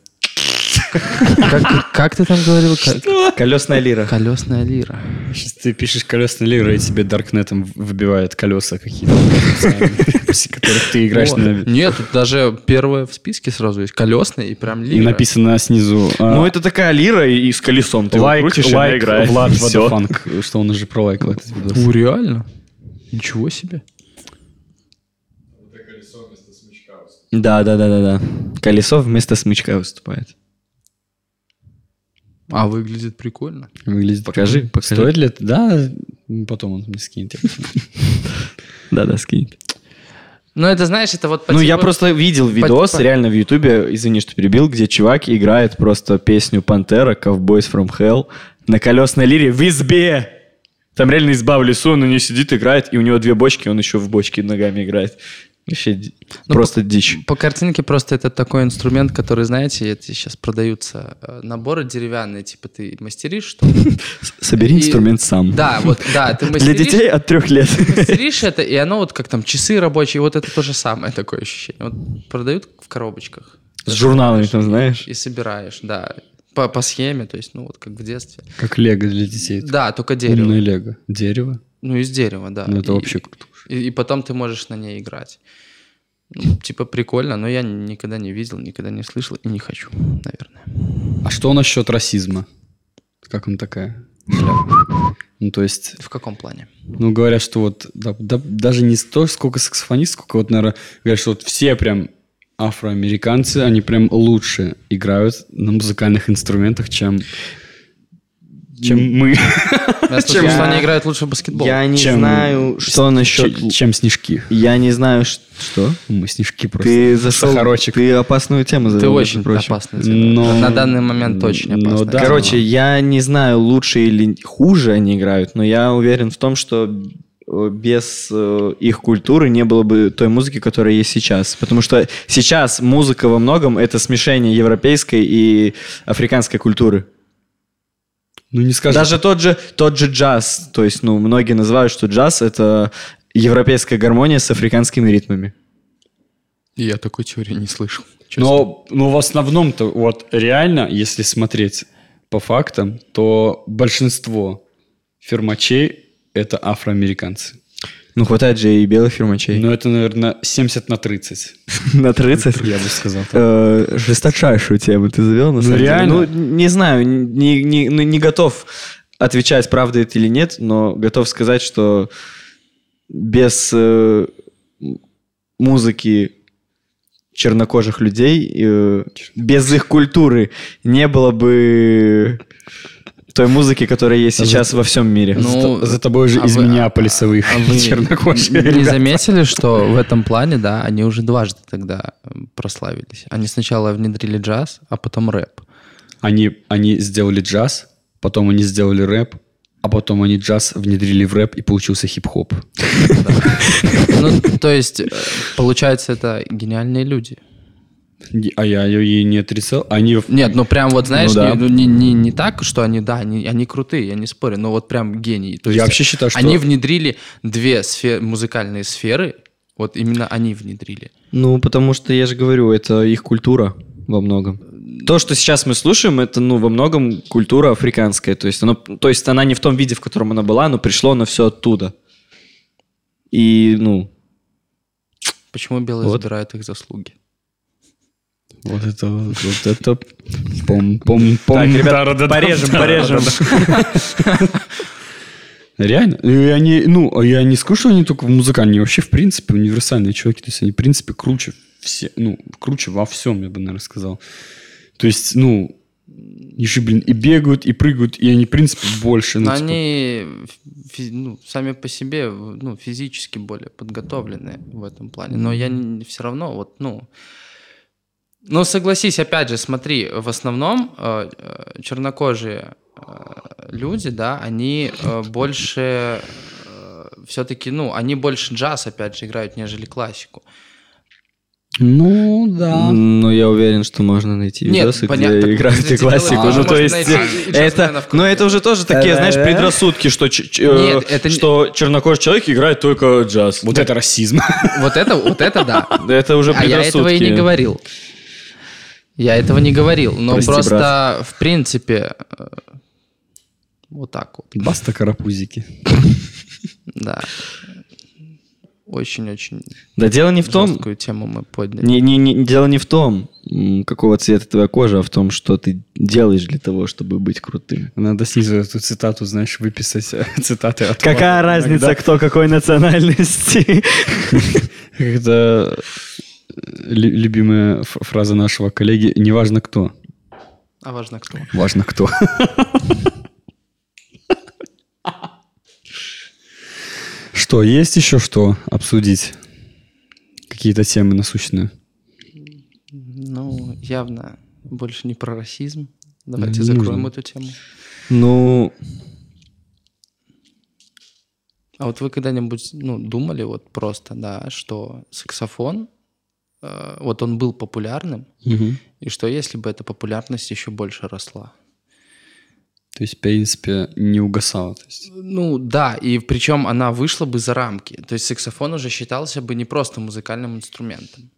Как, как ты там говорил? Что? Колесная лира. Колесная лира. Сейчас ты пишешь колесный лира, и тебе Даркнетом выбивает колеса какие-то, после которых ты играешь О, на... Нет, тут даже первое в списке сразу есть. Колесная и прям лира. И написано снизу... а, Ну, это такая лира и, и с колесом. Ты его лайк, крутишь, и она лайк, играет. Влад Всё. Водофанк, что он уже пролайкал этот видос. О, реально? Ничего себе. Да, да, да, да, да. Колесо вместо смычка выступает. А выглядит прикольно. Выглядит Покажи, прикольно. покажи. Стоит ли это? Да, потом он мне скинет. я посмотрю. Да, да, скинь. Ну, это, знаешь, это вот... по Ну, типу- я просто видел видос, по- реально в Ютубе, извини, что перебил, где чувак играет просто песню Пантера «Cowboys from Hell» на колесной лире в избе. Там реально изба в лесу, он на ней сидит, играет, И у него две бочки, он еще в бочке ногами играет. Вообще ди- Ну, просто дичь. По картинке просто это такой инструмент, который, знаете, это сейчас продаются э, наборы деревянные, типа ты мастеришь что ли? Собери и- инструмент сам. Да, вот, да, ты Для мастеришь. детей от трех лет. Мастеришь это, и оно вот как там часы рабочие, вот это то же самое такое ощущение. Вот продают в коробочках. С журналами там, знаешь. И собираешь, да. По, по схеме, то есть, ну вот как в детстве. Как лего для детей. Да, только дерево. Умное лего. Дерево? Ну, из дерева, да. Ну, это И- вообще круто. И, и потом ты можешь на ней играть. Ну, типа прикольно, но я никогда не видел, никогда не слышал и не хочу, наверное. А что насчет расизма? Как он такая? Ну, то есть, В каком плане? ну, говорят, что вот да- да- даже не то, сколько саксофонист, сколько вот, наверное, говорят, что вот все прям афроамериканцы, они прям лучше играют на музыкальных инструментах, чем, чем мы. Я слышал, что они играют лучше в баскетбол. Я не Чем- знаю, что насчет... чем, чем снежки. Я не знаю, ш- что. Мы снежки просто. Ты зашел... Сахарочек. Ты опасную тему Ты задал, очень между прочим. опасный. Сергей. Но- На данный момент очень Но опасный. да. Короче, я не знаю, лучше или хуже они играют, но я уверен в том, что э, без э, их культуры не было бы той музыки, которая есть сейчас. Потому что сейчас музыка во многом это смешение европейской и африканской культуры. Ну, не скажешь. Даже тот же, тот же джаз. То есть, ну, многие называют, что джаз это европейская гармония с африканскими ритмами. Я такой теории не слышал. Но, но в основном-то вот реально, если смотреть по фактам, то большинство фермачей это афроамериканцы. Ну, хватает же и белых фирмачей. Но это, наверное, 70 на 30, На 30. я бы сказал. так. Э, жесточайшую тему ты завел, на самом деле. реально. Ну, не знаю, не, не, ну, не готов отвечать, правда это или нет, но готов сказать, что без э, м- музыки чернокожих людей, э, без их культуры не было бы той музыки, которая есть сейчас во всем мире. Ну, Э, за, за тобой же а из вы- Миннеаполиса выехали вы чернокожие Не ребята. заметили, что в этом плане, да, они уже дважды тогда м, прославились. Они сначала внедрили джаз, а потом рэп. Они, они сделали джаз, потом они сделали рэп, а потом они джаз внедрили в рэп и получился хип-хоп. Ну, то есть, э, получается, это гениальные люди. Не- А я ее и не отрицал. Они в- Нет, ну прям вот, знаешь, Ну да. не, ну, не, не- не так, что они, да, они, они крутые, я не спорю, но вот прям гении. То Я есть, вообще считаю, что- Они внедрили две сфе- музыкальные сферы, вот именно они внедрили. Ну, потому что я же говорю, это их культура во многом. То, что сейчас мы слушаем, это, ну, во многом культура африканская. То есть, оно, то есть она не в том виде, в котором она была, но пришло оно все оттуда. И, ну, Почему белые Вот. забирают их заслуги? Вот это, вот это... Пом, пом, пом. Так, ребят, порежем, порежем. Реально? И они, ну, я не скажу, что они только в музыкальном, они вообще, в принципе, универсальные чуваки. То есть они, в принципе, круче все, ну, круче во всем, я бы, наверное, сказал. То есть, ну, еще, блин, и бегают, и прыгают, и они, в принципе, больше. ну, Но типа, они фи- ну, сами по себе ну, физически более подготовлены в этом плане. Но я все равно вот, ну... Ну, согласись, опять же, смотри, в основном э, э, чернокожие э, люди, да, они э, больше все-таки, ну, они больше джаз, опять же, играют, нежели классику. Ну, да. но я уверен, что можно найти Нет, видосы, понятно, где так, играют и подождите, классику. давай, Ну, А, можно то есть, найти и джазмена это, в но это уже тоже такие, знаешь, предрассудки, что, ч- ч- э, Нет, это не- что чернокожий человек играет только джаз. Вот это расизм. Вот это, вот это да. Это уже А я этого и не предрассудки. говорил. Я этого не говорил, но Прости, просто, в принципе, э, вот так вот, Баста карапузики. да. Очень-очень Да дело не в том, жесткую тему мы подняли. не, не, не- дело не в том, м, какого цвета твоя кожа, а в том, что ты делаешь для того, чтобы быть крутым. Надо снизу эту цитату, знаешь, выписать э, цитаты от Какая Влада иногда. разница, кто какой национальности? Это э, лю- любимая ф- фраза нашего коллеги «Неважно кто». А важно кто. Важно кто. Что, есть еще что обсудить? Какие-то темы насущные? Ну, явно больше не про расизм. Давайте Не закроем нужно. эту тему. Ну, А вот вы когда-нибудь ну, думали вот просто, да, что саксофон, э, вот он был популярным, и что если бы эта популярность еще больше росла? То есть, в принципе, не угасало. То есть. Ну да, и причем она вышла бы за рамки. То есть саксофон уже считался бы не просто музыкальным инструментом.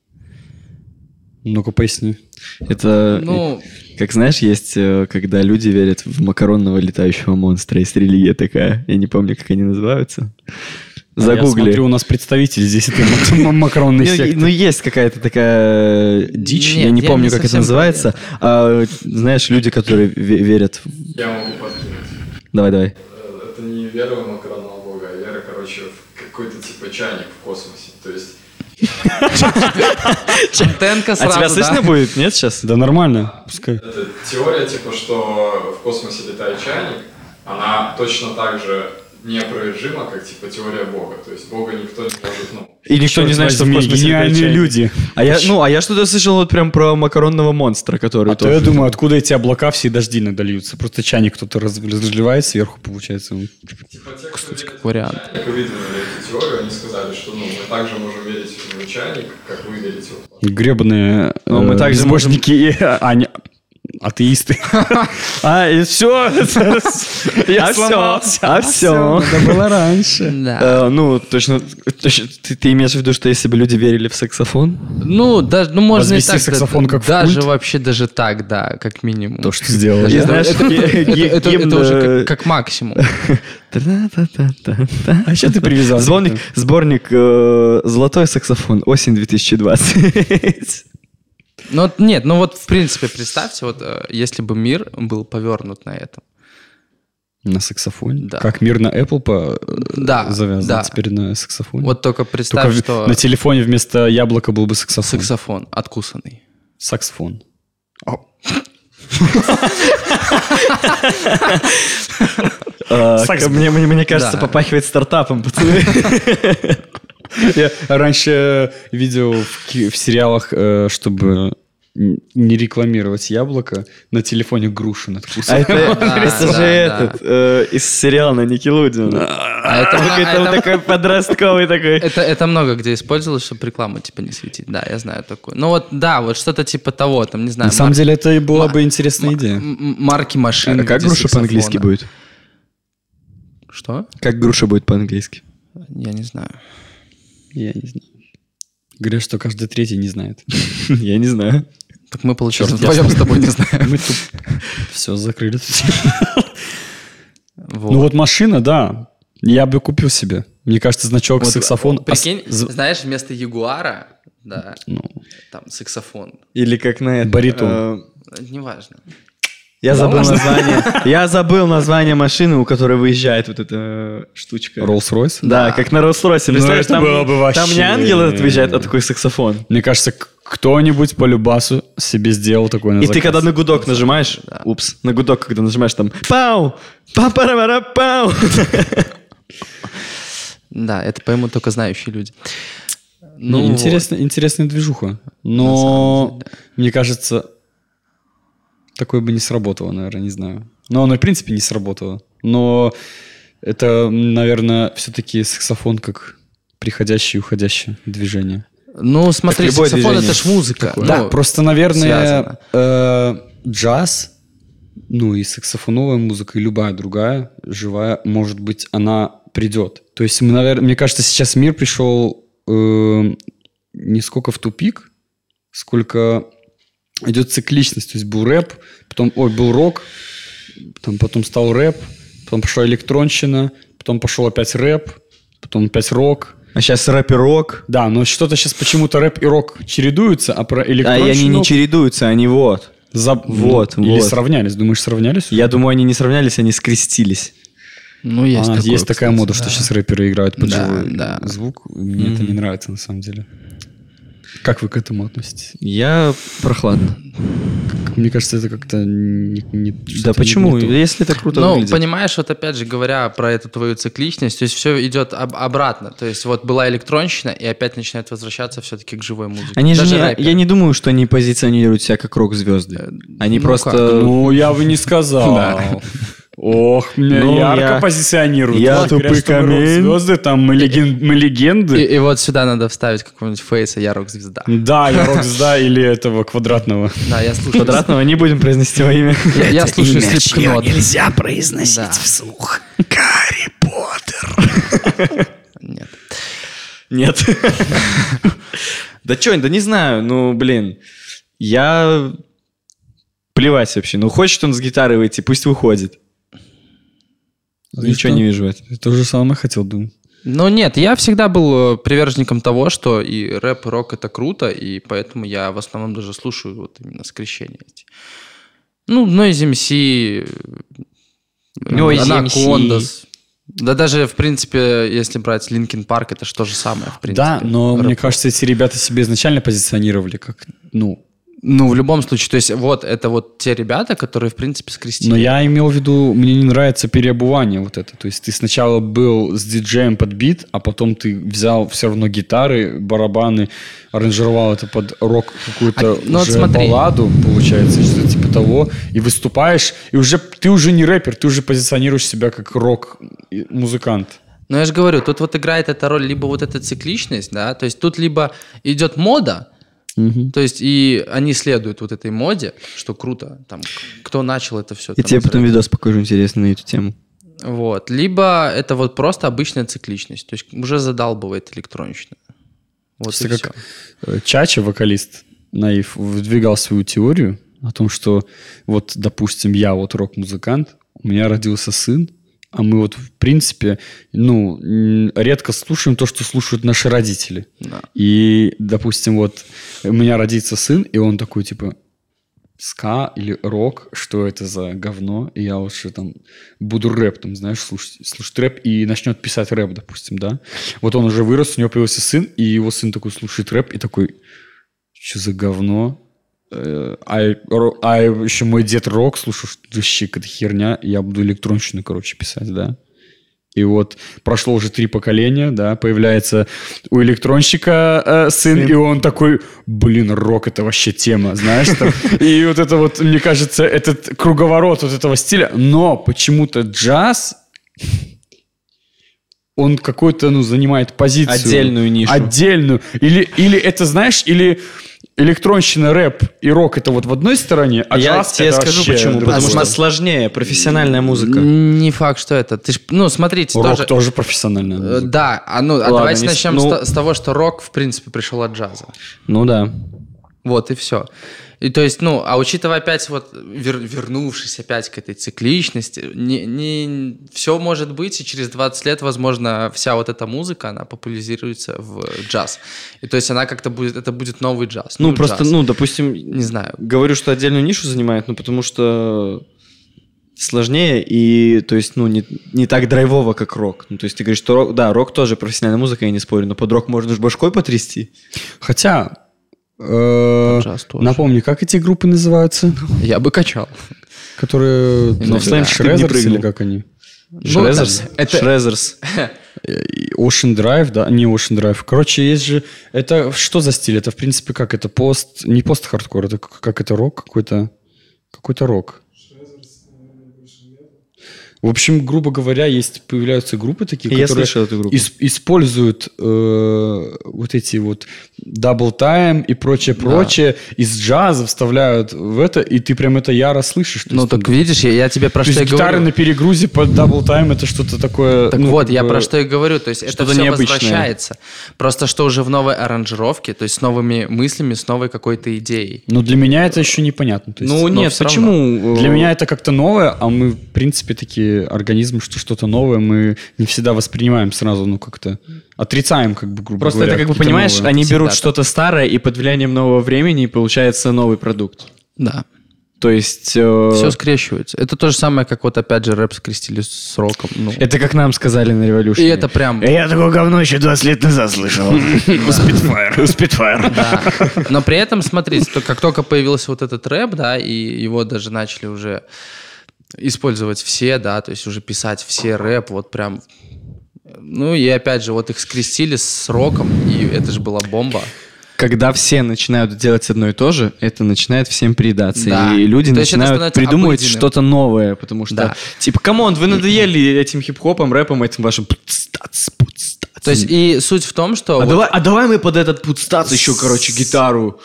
Ну-ка, поясни. это... Ну, Как знаешь, есть, э, когда люди верят в макаронного летающего монстра, есть религия такая, я не помню, как они называются. А Я Загугли. смотрю, у нас представитель здесь этой мак- макаронной А Ну, и- секты. ну, есть какая-то такая э, дичь, Нет, я не я помню, не как это совсем называется. А, знаешь, люди, которые ве- верят... в- Я могу подкинуть. Давай, давай. Э, Это не вера в макаронного бога, а вера, короче, в какой-то типа чайник в космосе. То есть Антенка А сразу, да? тебя слышно будет, нет, сейчас? Да нормально, пускай. это теория, типа, что в космосе летает чайник, она точно так же неопровержима, как типа теория бога. То есть бога никто не может, ну... И никто не знает, что в Возьми, космосе летает гениальные чайник. люди. А я, ну, а я что-то слышал вот прям про макаронного монстра, который А то тоже- я думаю, откуда эти облака все дожди надольются. Просто чайник кто-то раз- разливает сверху, получается. он- Типа те, кто верит как вариант. в чайник, выдвинули эту теорию, они сказали, что ну, мы также можем верить в чайник, как вы верите в Гребаные Но мы также можем- безбожники и а, не- атеисты. А, и все. А Я все, сломался. а все. было раньше. Да. Э, Ну, точно, точно, ты, ты имеешь в виду, что если бы люди верили в саксофон? Ну, даже, ну можно Возвести и так. да- саксофон как в даже культ? вообще даже так, да, как минимум. То, что сделали. Даже Я так. знаешь, это, это- ге- это- это гимн, уже э, как, как максимум. Та-та-та-та-та. А что ты привязал? Сборник, сборник э, «Золотой саксофон. Осень 2020». Ну вот нет, ну вот в принципе представьте, вот э, если бы мир был повернут на этом. На саксофоне? Да. Как мир на Apple по... Да, завязан да. теперь на саксофоне. Вот только Только представь, в- что на телефоне вместо яблока был бы саксофон. саксофон откусанный. Саксофон. Э, Саксофон. Мне мне- мне кажется, Да. попахивает стартапом, пацаны. Я раньше видел в, ки- в сериалах, э, чтобы н- не рекламировать яблоко, на телефоне грушу А надкусывал. это Да, это же да, этот э, из сериала на Никелодеона. А это, а Это вот это- такой подростковый такой. это- это много где использовалось, чтобы рекламу типа не светить. Да, я знаю такое. Ну вот да, вот что-то типа того, там не знаю. На самом мар- деле А это и была ма- бы интересная ма- идея. м- м- Марки А машин. где саксофона. будет? Что? Как груша будет по-английски? Я не знаю. Я не знаю. Говорят, что каждый третий не знает. Я не знаю. Так мы, получается, Чёрт, я вдвоем с тобой не знаем. Все, закрыли. эту тему. Вот. Ну вот машина, да. Я бы купил себе. Мне кажется, значок Вот, саксофон... Прикинь, ас- з- знаешь, вместо Ягуара, да, ну, там саксофон. Или как на это. Баритон. э, Неважно. Я забыл название. Я забыл название машины, у которой выезжает вот эта э, штучка. Роллс-Ройс? Да, как на Роллс-Ройсе. Представляешь, Ну, это там, было бы вообще- там не ангел этот выезжает, а такой саксофон. Мне кажется, к- кто-нибудь по любасу себе сделал такой на И ты заказ. когда на гудок нажимаешь, упс, на гудок, когда нажимаешь там пау, па пара пау. Да, это поймут только знающие люди. Ну, Ну, вот. интересная, интересная движуха. Но, мне кажется, такое бы не сработало, наверное, не знаю. Но оно, и, в принципе, не сработало. Но это, наверное, все-таки саксофон как приходящее и уходящее движение. Ну, смотри, Так любое саксофон движение это ж музыка. да, Ну, просто, связано. наверное, э, джаз, ну и саксофоновая музыка, и любая другая, живая, может быть, она придет. То есть, мы, наверное, мне кажется, сейчас мир пришел э, не сколько в тупик, сколько идет цикличность. То есть был рэп, потом, ой, был рок, там, потом стал рэп, потом пошла электронщина, потом пошел опять рэп, потом опять рок. А сейчас рэперок. Да, но что-то сейчас почему-то рэп и рок чередуются, а про А электронщину... и они не чередуются, они вот. заб- Вот, ну, Или вот. сравнялись. Думаешь, сравнялись? Я думаю, они не сравнялись, они скрестились. Ну, А, Есть, есть такое, такая кстати, мода, да. что сейчас рэперы играют под Да, живой да. звук. Мне это не нравится на самом деле. Как вы к этому относитесь? Я прохладно. Мне кажется, это как-то не, не- что-то Да не- почему? не то. Если это круто Ну, выглядит. понимаешь, вот опять же говоря про эту твою цикличность, то есть все идет об- обратно. То есть вот была электронщина, и опять начинает возвращаться все-таки к живой музыке. Они же Даже не- рэпер. я не думаю, что они позиционируют себя как рок-звезды. Они ну просто... как? Ну, я бы не сказал. Ох, меня Ну, ярко я- позиционируют. я Вот, говорят, тупый что мы камень. Э, рок-звезды, там мы, леген- мы легенды. И, и вот сюда надо вставить какого-нибудь фейса, я рок-звезда. Да, я рок-звезда или этого квадратного. Да, я слушаю. Квадратного не будем произносить его имя. Я, я слушаю слепкнот. нельзя произносить Да. вслух. Гарри Поттер. Нет. Нет. Да чё, да не знаю, ну, блин. Я... Плевать вообще. Ну, хочет он с гитарой выйти, пусть выходит. А Ничего что? не вижу в этом. Я то же самое хотел думать. Ну нет, я всегда был э, приверженником того, что и рэп, и рок это круто, и поэтому я в основном даже слушаю вот именно скрещения эти. Ну, Noise MC, э, Noise Anacondas. Да даже, в принципе, если брать Линкин Парк, это же то же самое, в принципе. Да, но Рэп. мне кажется, эти ребята себя изначально позиционировали как, ну, Ну, в любом случае, то есть вот это вот те ребята, которые, в принципе, скрестили. Но я имел в виду, мне не нравится переобувание вот это. То есть ты сначала был с диджеем под бит, а потом ты взял все равно гитары, барабаны, аранжировал это под рок какую-то А, ну вот уже смотри. балладу, получается, что-то типа того, и выступаешь, и уже ты уже не рэпер, ты уже позиционируешь себя как рок-музыкант. Но я же говорю, тут вот играет эта роль либо вот эта цикличность, да, то есть тут либо идет мода, то есть и они следуют вот этой моде, что круто, там, к- кто начал это все. Я тебе потом видос покажу интересный на эту тему. Вот, либо это вот просто обычная цикличность, то есть уже задалбывает электронщина. Вот Чисто и как Э, Чача, вокалист Наив, выдвигал свою теорию о том, что вот, допустим, я вот рок-музыкант, у меня родился сын, а мы вот, в принципе, ну, м, редко слушаем то, что слушают наши родители. всё. Да. И, допустим, вот у меня родится сын, и он такой, типа, ска или рок, что это за говно, и я лучше там буду рэп, там, знаешь, слушать, слушать рэп, и начнет писать рэп, допустим, да. Вот он уже вырос, у него появился сын, и его сын такой слушает рэп, и такой, что за говно? Э, А, ро- а еще мой дед рок слушал, что вообще какая-то херня, я буду электронщину, короче, писать, да. И вот прошло уже три поколения, да, появляется у электронщика э, сын, и он такой, блин, рок это вообще тема, знаешь там. И вот это вот, мне кажется, этот круговорот вот этого стиля. Но почему-то джаз, он какой-то, ну, занимает позицию. Отдельную нишу. Отдельную. Или, или это, знаешь, или электронщина, рэп и рок это вот в одной стороне, а я джаз тебе это скажу вообще почему. другое. Потому что сложнее, профессиональная музыка. Не факт, что это. Ты ж, ну, смотрите, Рок тоже... тоже профессиональная э, музыка. Да, а, ну, а Ладно, давайте не с- начнем ну- с, то- с того, что рок, в принципе, пришел от джаза. Ну да. Вот и все. И то есть, ну, а учитывая опять вот, вер- вернувшись опять к этой цикличности, не, все может быть, и через 20 лет, возможно, вся вот эта музыка, она популяризируется в джаз. И то есть она как-то будет, это будет новый джаз. Ну просто, джаз. ну, допустим, Не знаю. Говорю, что отдельную нишу занимает, ну потому что сложнее и, то есть, ну, не, не так драйвово, как рок. Ну, то есть ты говоришь, что рок, да, рок тоже профессиональная музыка, я не спорю, но под рок можно же башкой потрясти. Хотя... э, Джаз тоже. Напомни, как эти группы называются? Я бы качал. Которые... Ну, в там, Slam Shit не Shredders прыгал. или как они? Ну, Шрезерс? Ну, да, это- Шрезерс. И Ocean Drive, да? Не Ocean Drive. Короче, есть же... Это что за стиль? Это, в принципе, как это? Пост... Не пост-хардкор, это как как это рок какой-то... Какой-то рок. В общем, грубо говоря, есть появляются группы такие, Я которые слышал эту группу. ис- используют э, вот эти вот дабл тайм и прочее, прочее, из джаза вставляют в это, и ты прям это яро слышишь. То Ну есть, так там- видишь, я, я тебе про то что есть и гитары говорю. на перегрузе под дабл тайм это что-то такое. Так ну, вот, как я бы- про что и говорю. То есть это что-то все необычное. возвращается. Просто что уже в новой аранжировке, то есть с новыми мыслями, с новой какой-то идеей. Ну, для меня это еще непонятно. то есть- Ну, но нет, всё почему, Ну, равно. Для меня это как-то новое, а мы, в принципе, такие организм, что что-то новое мы не всегда воспринимаем сразу, ну, как-то отрицаем, как бы, грубо Просто говоря. это, как бы какие-то понимаешь, новые. они берут так. что-то старое, и под влиянием нового времени получается новый продукт. Да. То есть... э, Все скрещивается. Это то же самое, как вот опять же рэп скрестили с роком. Ну. Это как нам сказали на И революции. это прям... Я такое говно еще 20 лет назад слышал. У Спитфайр. У Спитфайр. Да. Но при этом, смотри, то- как только появился вот этот рэп, да, и его даже начали уже использовать все, да, то есть уже писать все рэп, вот прям... Ну и опять же, вот их скрестили с роком, и это же была бомба. Когда все начинают делать одно и то же, это начинает всем приедаться. Да. И люди То есть это начинают становится придумывать обыденным. что-то новое, потому что, Да. типа, камон, вы надоели этим хип-хопом, рэпом, этим вашим... пуцтац, пуцтац». То есть и суть в том, что... А, вот- давай, а давай мы под этот пудстац еще, короче, гитару.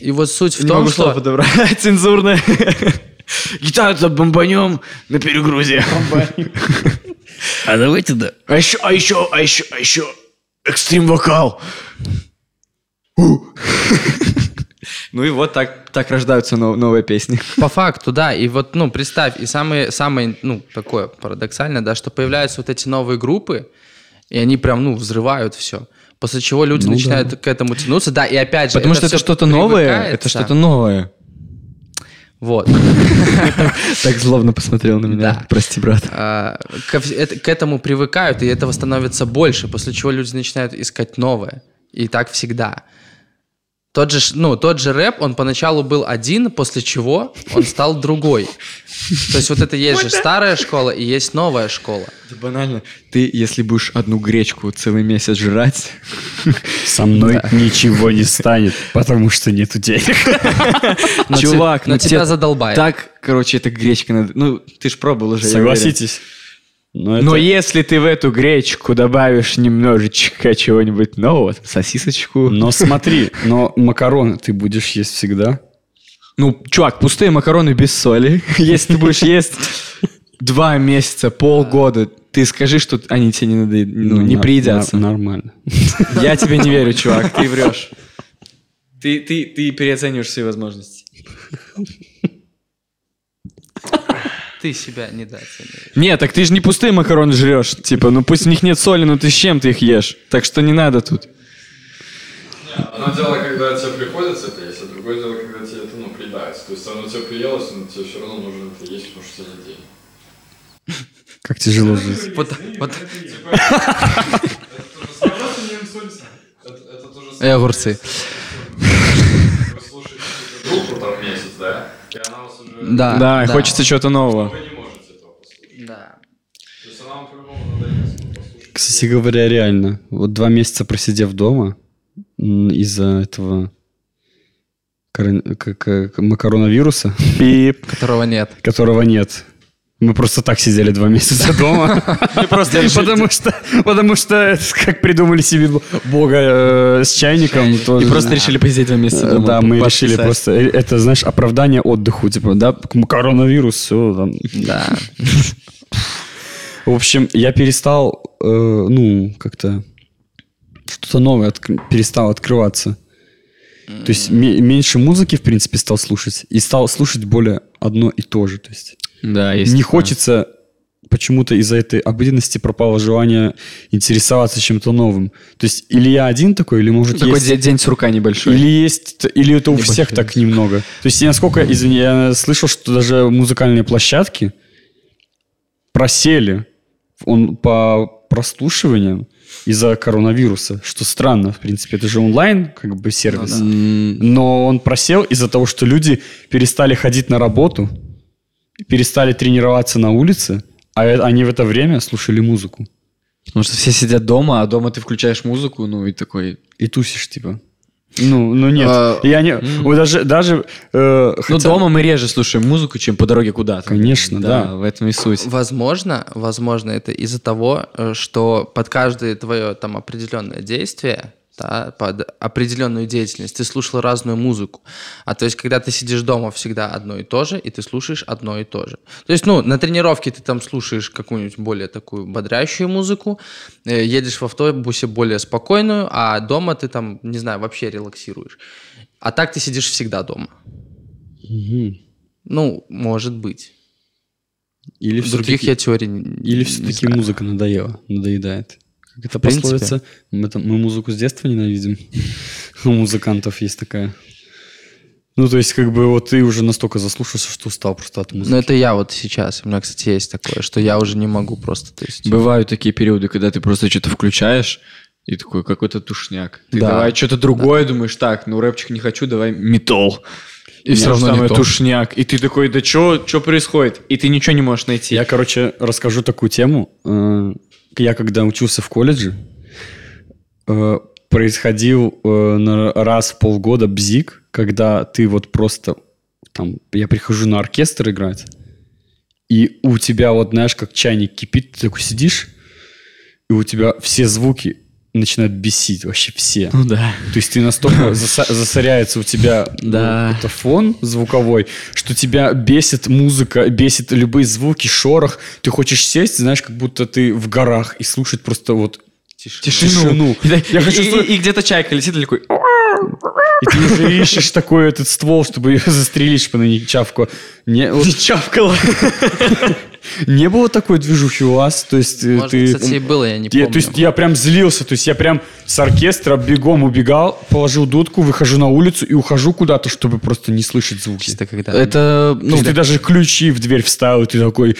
и вот суть в Не том, могу слова Ну, а что... подобрать, цензурное. Гитару-то бомбанем на перегрузе. А давайте да. А еще, а еще, а еще, а еще. Экстрим вокал. Ну и вот так, так рождаются нов- новые песни. По факту, да. И вот, ну, представь, и самое, самое, ну, такое парадоксальное, да, что появляются вот эти новые группы, и они прям, ну, взрывают все. После чего люди начинают к этому тянуться, да, и опять же... Ну Потому что это всё что-то новое, привыкается. это что-то новое. Вот. Так злобно посмотрел на меня. Да. Прости, брат. А, К вс- это- к этому привыкают, и этого становится больше, после чего люди начинают искать новое. И так всегда. Тот же, ш- ну, тот же рэп, он поначалу был один, после чего он стал другой. То есть вот это есть же старая школа и есть новая школа. Да банально. Ты, если будешь одну гречку целый месяц жрать, Со мной ничего не станет, потому что нету денег. Но те- чувак, но ну тебя те- задолбает. так, короче, эта гречка надо... Ну, ты ж пробовал уже, я Согласитесь. ну, уверен. Но если ты в эту гречку добавишь немножечко чего-нибудь нового, там, сосисочку... Но смотри, но макароны ты будешь есть всегда. Ну, чувак, пустые макароны без соли. Если ты будешь есть два месяца, полгода, ты скажи, что они тебе не надоед... ну, не на- приедятся. на- Нормально. Я тебе не верю, чувак, ты врешь. Ты, ты, ты переоцениваешь свои возможности. Ты себя недооцениваешь. Не, так ты же не пустые макароны жрешь. Типа, ну пусть в них нет соли, но ты с чем ты их ешь? Так что не надо тут. Одно дело, когда тебе приходится это есть, а другое дело, когда тебе это, ну, приедается. То есть оно тебе приелось, но тебе все равно нужно это есть, потому что у тебя нет денег. Как тяжело жить. Вот, вот. Типа, это то же самое. Просто не инсульт. Это- это то же самое, И Э, огурцы. если Вы слушаете какую-то группу там месяц, да? И она вас уже... А, Да, Да, хочется чего-то нового. Вы не можете этого послушать. Да. То есть она вам по-любому надоест. вы послушаете. Кстати говоря, реально. Вот два месяца просидев дома м, из-за этого корон- к- к- к- макаронавируса, Пип. Которого нет. которого нет. Мы просто так сидели два месяца дома. Просто потому что, потому что, это как придумали себе бога э, с чайником. И тоже. просто решили посидеть два месяца Э, дома. Да, мы пописать. решили просто... э, Это, знаешь, оправдание отдыху. Типа, да, к- коронавирус, все. Да. В общем, я перестал, э, ну, как-то... Что-то новое отк- перестал открываться. То есть ме- меньше музыки, в принципе, стал слушать. И стал слушать более одно и то же. То есть Да, есть. не такое. хочется почему-то из-за этой обыденности пропало желание интересоваться чем-то новым. То есть или я один такой, или может Такой есть... де- день сурка небольшой. Или есть, т- или это у всех так немного. То есть, я насколько, извини, я слышал, что даже музыкальные площадки просели он, по прослушиваниям из-за коронавируса, что странно, в принципе, это же онлайн, как бы сервис. Ну Но он просел из-за того, что люди перестали ходить на работу, перестали тренироваться на улице, а э- они в это время слушали музыку. Потому что все сидят дома, а дома ты включаешь музыку, ну и такой... И тусишь, типа. Ну, ну нет. А, я не... вот даже... даже э, Ну, хотя- дома мы реже слушаем музыку, чем по дороге куда-то. Конечно, да. В этом и суть. Возможно, возможно, это из-за того, э, что под каждое твое там определенное действие, да, под определенную деятельность ты слушал разную музыку. А то есть, когда ты сидишь дома, всегда одно и то же, и ты слушаешь одно и то же. То есть, ну, на тренировке ты там слушаешь какую-нибудь более такую бодрящую музыку, э, едешь в автобусе более спокойную, а дома ты там, не знаю, вообще релаксируешь. А так ты сидишь всегда дома. Ну, может быть. Или Других все-таки, я теорий н- или не все-таки знаю. музыка надоела, надоедает. Как это принципе. пословица? Мы, там- мы музыку с детства ненавидим. У музыкантов есть такая. Ну, то есть, как бы, вот ты уже настолько заслушался, что устал просто от музыки. Ну, это я вот сейчас. У меня, кстати, есть такое, что я уже не могу просто, то есть... Бывают такие периоды, когда ты просто что-то включаешь, и такой какой-то тушняк. Ты Да. давай что-то другое думаешь, так, ну рэпчик не хочу, давай метал. И все равно самое тушняк. И ты такой, да что, что происходит? И ты ничего не можешь найти. Я, короче, расскажу такую тему. Э, Я когда учился в колледже, э, происходил э, на- раз в полгода бзик, когда ты вот просто там, я прихожу на оркестр играть, и у тебя вот, знаешь, как чайник кипит, ты такой сидишь, и у тебя все звуки начинают бесить, вообще все. Ну да. То есть ты настолько заса- засоряется у тебя ну, Да. это фон звуковой, что тебя бесит музыка, бесит любые звуки, шорох. Ты хочешь сесть, знаешь, как будто ты в горах и слушать просто вот тишину. Я И- хочу, и- слу- и, и где-то чайка летит, и такой... «О». и ты уже ищешь такой этот ствол, чтобы ее застрелить, чтобы она не чавкала. Не, вот- Не было такой движухи у вас? То есть э, Может, ты... кстати, и было, я не Я- помню. то есть я прям злился, то есть я прям с оркестра бегом убегал, положил дудку, выхожу на улицу и ухожу куда-то, чтобы просто не слышать звуки. Чисто когда... Это, Ну, ну, ты даже ключи в дверь вставил, и ты такой,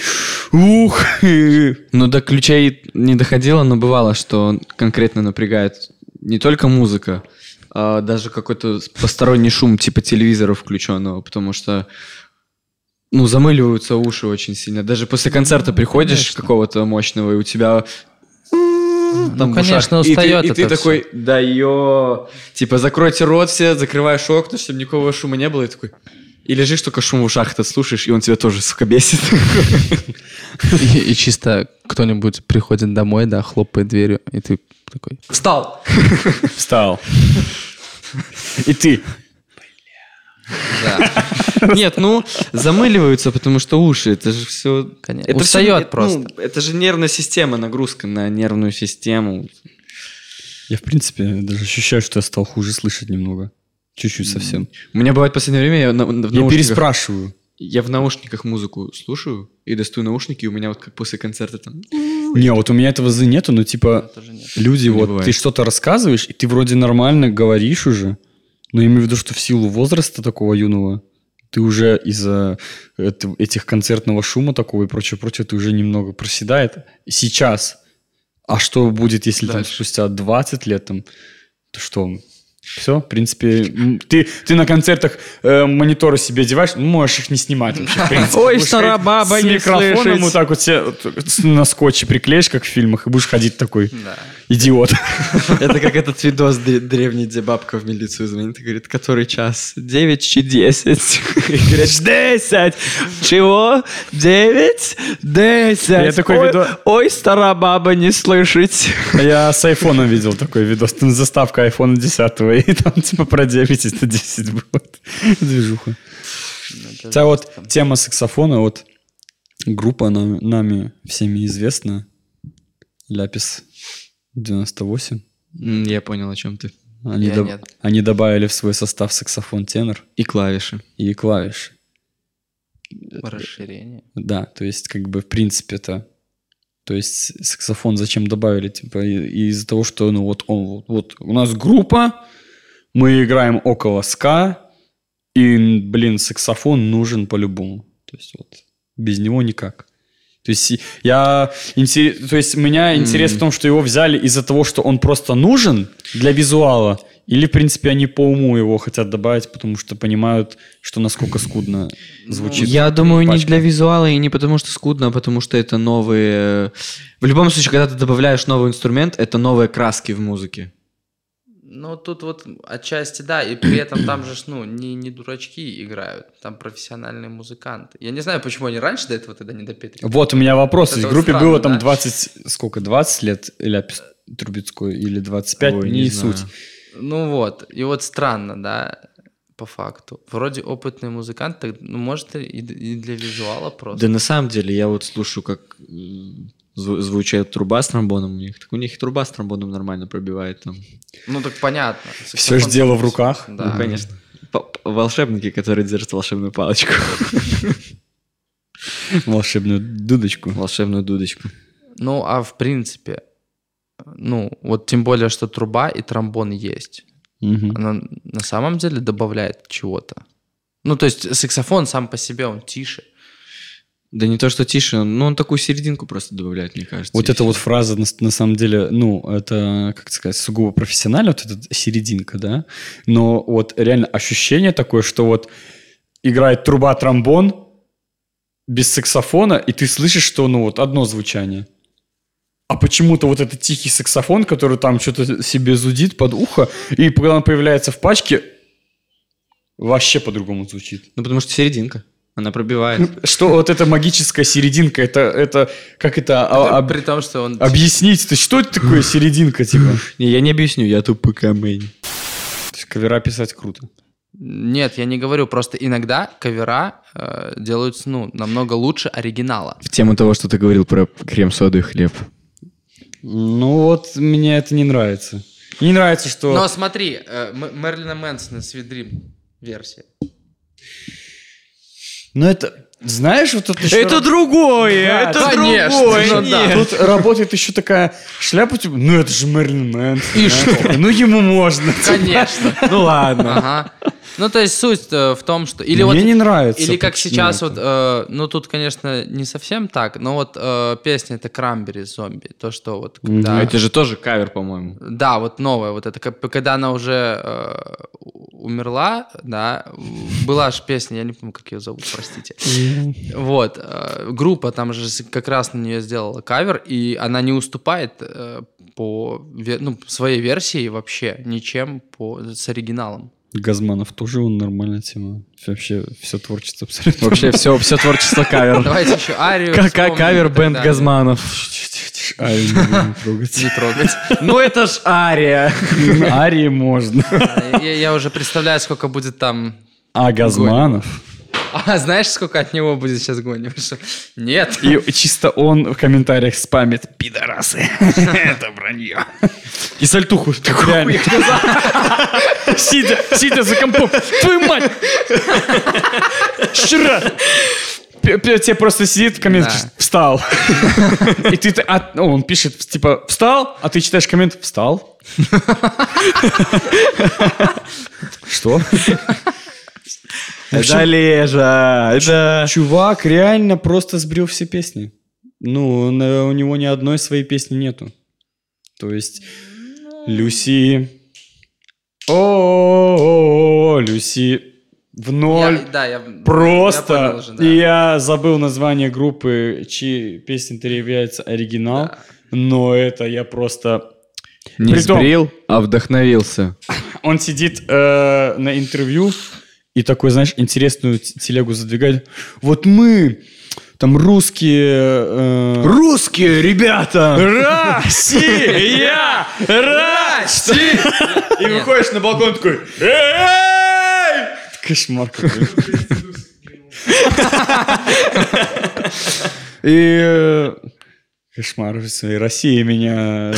ух, и- ну, до ключей не доходило, но бывало, что конкретно напрягает не только музыка, а даже какой-то посторонний шум, типа телевизора включенного, потому что ну, замыливаются уши очень сильно. Даже после Ну, концерта приходишь какого-то мощного, и у тебя там в Ну, конечно, ушах. И ты- устает И ты, это такой, да ё... Типа, закройте рот все, закрываешь окна, чтобы никакого шума не было, и такой... И лежишь, только шум в ушах этот слушаешь, и он тебя тоже, сука, бесит. И, и чисто кто-нибудь приходит домой, да, хлопает дверью, и ты такой... Встал! Встал. И ты. Нет, ну, замыливаются, потому что уши, это же все... Конечно. Устает ну, просто. ну, это же нервная система, нагрузка на нервную систему. Я, в принципе, даже ощущаю, что я стал хуже слышать немного. Чуть-чуть совсем. У меня бывает в последнее время, я, на- в Я наушниках- переспрашиваю. я в наушниках музыку слушаю и достаю наушники, и у меня вот как после концерта там... Не, вот у меня этого за нету, но типа люди, Не вот бывает. ты что-то рассказываешь, и ты вроде нормально говоришь уже, но я имею в виду, что в силу возраста такого юного, ты уже из-за эт- этих концертного шума такого и прочее, прочее, ты уже немного проседает сейчас. А что будет, если там Дальше. спустя 20 лет там, то что? Все, в принципе, м, ты, ты на концертах э, мониторы себе деваешь, ну, можешь их не снимать вообще, в принципе. Ой, Будешь стара ходить баба, с не микрофоном слышать. вот так вот себе вот с- на скотче приклеишь, как в фильмах, и будешь ходить такой идиот. Это как этот видос дре- древний, где бабка в милицию звонит и говорит, который час? Девять чи десять? И говорит, десять! Чего? Девять? Десять! Я такой Ой- видо- Ой, стара баба, не слышать! А Я с айфона видел такой видос, там заставка айфона 10, и там типа про 9 это 10 будет. Движуха. Хотя вот тема саксофона, вот группа на- нами всеми известна, Ляпис 98. М, Я понял, о чем ты. Они, Я доб- нет. они добавили в свой состав саксофон тенор И клавиши. и клавиши. Расширение. Да, то есть как бы в принципе это... То есть саксофон зачем добавили? Типа и- и из-за того, что ну вот он вот, вот у нас группа, мы играем около ска, и, блин, саксофон нужен по-любому. То есть вот без него никак. То есть и- я интерес, то есть у меня интерес в том, что его взяли из-за того, что он просто нужен для визуала, или в принципе они по уму его хотят добавить, потому что понимают, что насколько скудно звучит. Я думаю, не пачка. для визуала и не потому, что скудно, а потому что это э, новые... В любом случае, когда ты добавляешь новый инструмент, это новые краски в музыке. Ну, тут вот отчасти да, и при этом там же, ж, ну, не, не дурачки играют, там профессиональные музыканты. Я не знаю, почему они раньше до этого тогда не допетрили. Вот у меня вопрос. Это Ведь вот группе странно, было там да? 20, сколько, 20 лет Ляпис Трубецкой или 25, Ой, не, не знаю. суть. Ну вот, и вот странно, да, по факту. Вроде опытный музыкант, так, ну, может, и, и для визуала просто. Да на самом деле, я вот слушаю, как э, зв- звучит труба с тромбоном у них. Так у них и труба с тромбоном нормально пробивает там. Ну, так понятно. Все же дело в руках. Да. Ну, конечно. П- п- Волшебники, которые держат волшебную палочку. Волшебную дудочку. Волшебную дудочку. Ну, а в принципе, ну, вот тем более, что труба и тромбон есть. Она на самом деле добавляет чего-то. Ну, то есть саксофон сам по себе, он тише. Да не то, что тише, но он такую серединку просто добавляет, мне кажется. Вот эта вот фраза, на, с- на самом деле, ну, это, как сказать, сугубо профессионально, вот эта серединка, да? Но вот реально ощущение такое, что вот играет труба-тромбон без саксофона, и ты слышишь, что, ну, вот одно звучание. А почему-то вот этот тихий саксофон, который там что-то себе зудит под ухо, и когда он появляется в пачке, вообще по-другому звучит. Ну, потому что серединка. Ну, Она Ну, пробивает. Что вот эта магическая серединка, это, это как это, а- об- При том, что он... объяснить, то есть что это такое серединка, типа? Не, я не объясню, я тупый камень. То есть кавера писать круто. Нет, я не говорю, просто иногда кавера э, делаются, ну, намного лучше оригинала. В тему того, что ты говорил про крем-соду и хлеб. Ну вот, мне это не нравится. Не нравится, что... Но смотри, э, М- Мерлина Мэнсона с Видрим версия. Ну это... Знаешь, вот тут еще... другое! Да, это конечно, другое, ну да. нет. Тут работает еще такая шляпа, типа, ну это же Мерлин Мэнсон, да? Ну ему можно. Конечно. Ну ладно. Ага. Ну, то есть суть э, в том, что... Мне Или вот не нравится. Или как почему сейчас это. вот, э, ну тут, конечно, не совсем так, но вот э, песня это Крамбери зомби, то что вот, когда, Это же тоже кавер, по-моему. да, вот новая вот это, как- когда она уже э, у- умерла, да, была аж песня, я не помню, как ее зовут, простите, вот э, группа там же с- как раз на нее сделала кавер и она не уступает э, по ве- ну, своей версии вообще ничем по с оригиналом. Газманов тоже он нормальная тема. Вообще все творчество абсолютно. Вообще все, все творчество кавер. Давайте еще Арию. Какая вспомним и кавер так бенд далее. Газманов? Тише, Арию не будем трогать. Не трогать. Ну это ж Ария. Арии можно. Э, Я, я уже представляю, сколько будет там. А Газманов? А знаешь, сколько от него будет сейчас гоним? Что- Нет. И чисто он в комментариях спамит. Пидорасы. Это вранье. И сальтуху. Реально. Сидя, сидя за компом. Твою мать! Вчера! П- п- Тебе просто сидит в комментах, Да. встал. И ты, т- а, ну, он пишет, типа, встал, а ты читаешь коммент, встал. Что? Э, Это Лежа. Это... Чувак реально просто сбрил все песни. Ну, он, э, у него ни одной своей песни нету. То есть Люси. О, Люси. В ноль. Я- да, я Просто. я понял уже, да. И я забыл название группы, чьи песни ты является оригинал. Да. Но это я просто... Не Притом- сбрил, а вдохновился. Он сидит э, на интервью и такой, знаешь, интересную т- телегу задвигает. Вот мы, там русские... э, Русские ребята! Россия! Россия! И выходишь на балкон такой... «Эй!» Кошмар какой. И... э, Кошмар и Россия меня...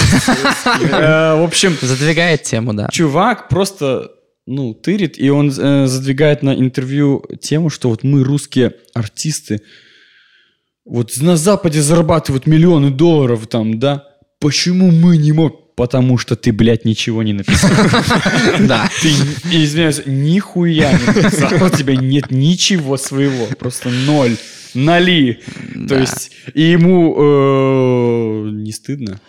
Э, В общем, Задвигает тему, да. чувак просто, ну, тырит, и он э, задвигает на интервью тему, что вот мы, русские артисты, вот на Западе зарабатывают миллионы долларов там, да? Почему мы не можем? Потому что ты, блядь, ничего не написал. Да. Ты, извиняюсь, нихуя не написал. У тебя нет ничего своего. Просто ноль. Нали. То есть, и ему э, не стыдно.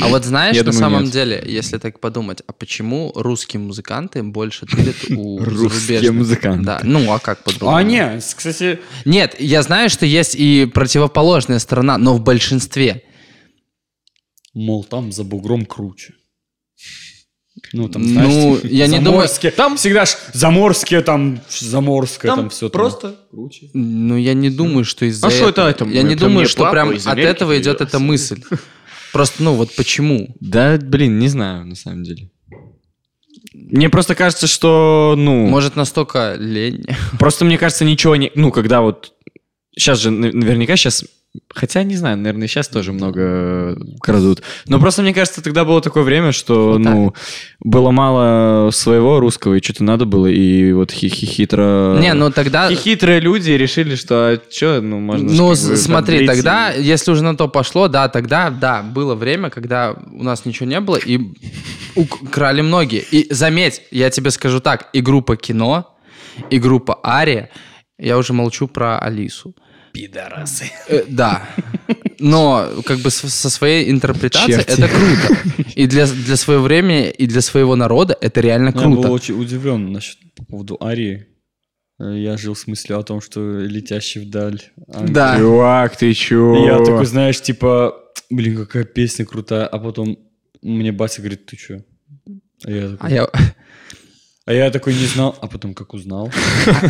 А вот знаешь, Я на думаю, самом нет. деле, если так подумать, а почему русские музыканты больше тырят у Русские зарубежных? музыканты. Да. Ну, а как по-другому? А, не, с- кстати, Нет, я знаю, что есть и противоположная сторона, но в большинстве. мол, там за бугром круче. Ну, там, знаешь, Ну, я не думаю... заморские. Там всегда ж заморские, там заморское, там, все. просто круче. Ну, я не думаю, что из-за А что это этого- это? Я не Это мне думаю, что папа прям из от Америки этого идет привез. эта мысль. Просто, ну, вот почему? Да, блин, не знаю, на самом деле. Мне просто кажется, что, ну... Может, настолько лень. Просто мне кажется, ничего не... Ну, когда вот... Сейчас же на- наверняка сейчас... Хотя, не знаю, наверное, сейчас тоже много э, крадут. Но просто, мне кажется, тогда было такое время, что, ну, было мало своего русского, и что-то надо было, и вот хи- хи- хитро... А. Не, ну тогда... И хитрые люди решили, что а чё, ну, можно... ж Ну, как с- бы смотри, продлить тогда, и- если уже на то пошло, да, тогда, да, было время, когда у нас ничего не было, и ук- крали многие. И заметь, я тебе скажу так, и группа кино, и группа Ария, я уже молчу про Алису. Пидорасы. Да. Но как бы с- со своей интерпретацией Черти. это круто. И для, для своего времени, и для своего народа это реально Я был круто. очень удивлен насчет по поводу Арии. Э, Я жил с мыслью о том, что летящий вдаль. а- Да. Чувак, ты чё? И я такой, знаешь, типа, блин, какая песня крутая. А потом мне Бася говорит, ты чё? А я, такой, А я, а я такой не знал, а потом как узнал.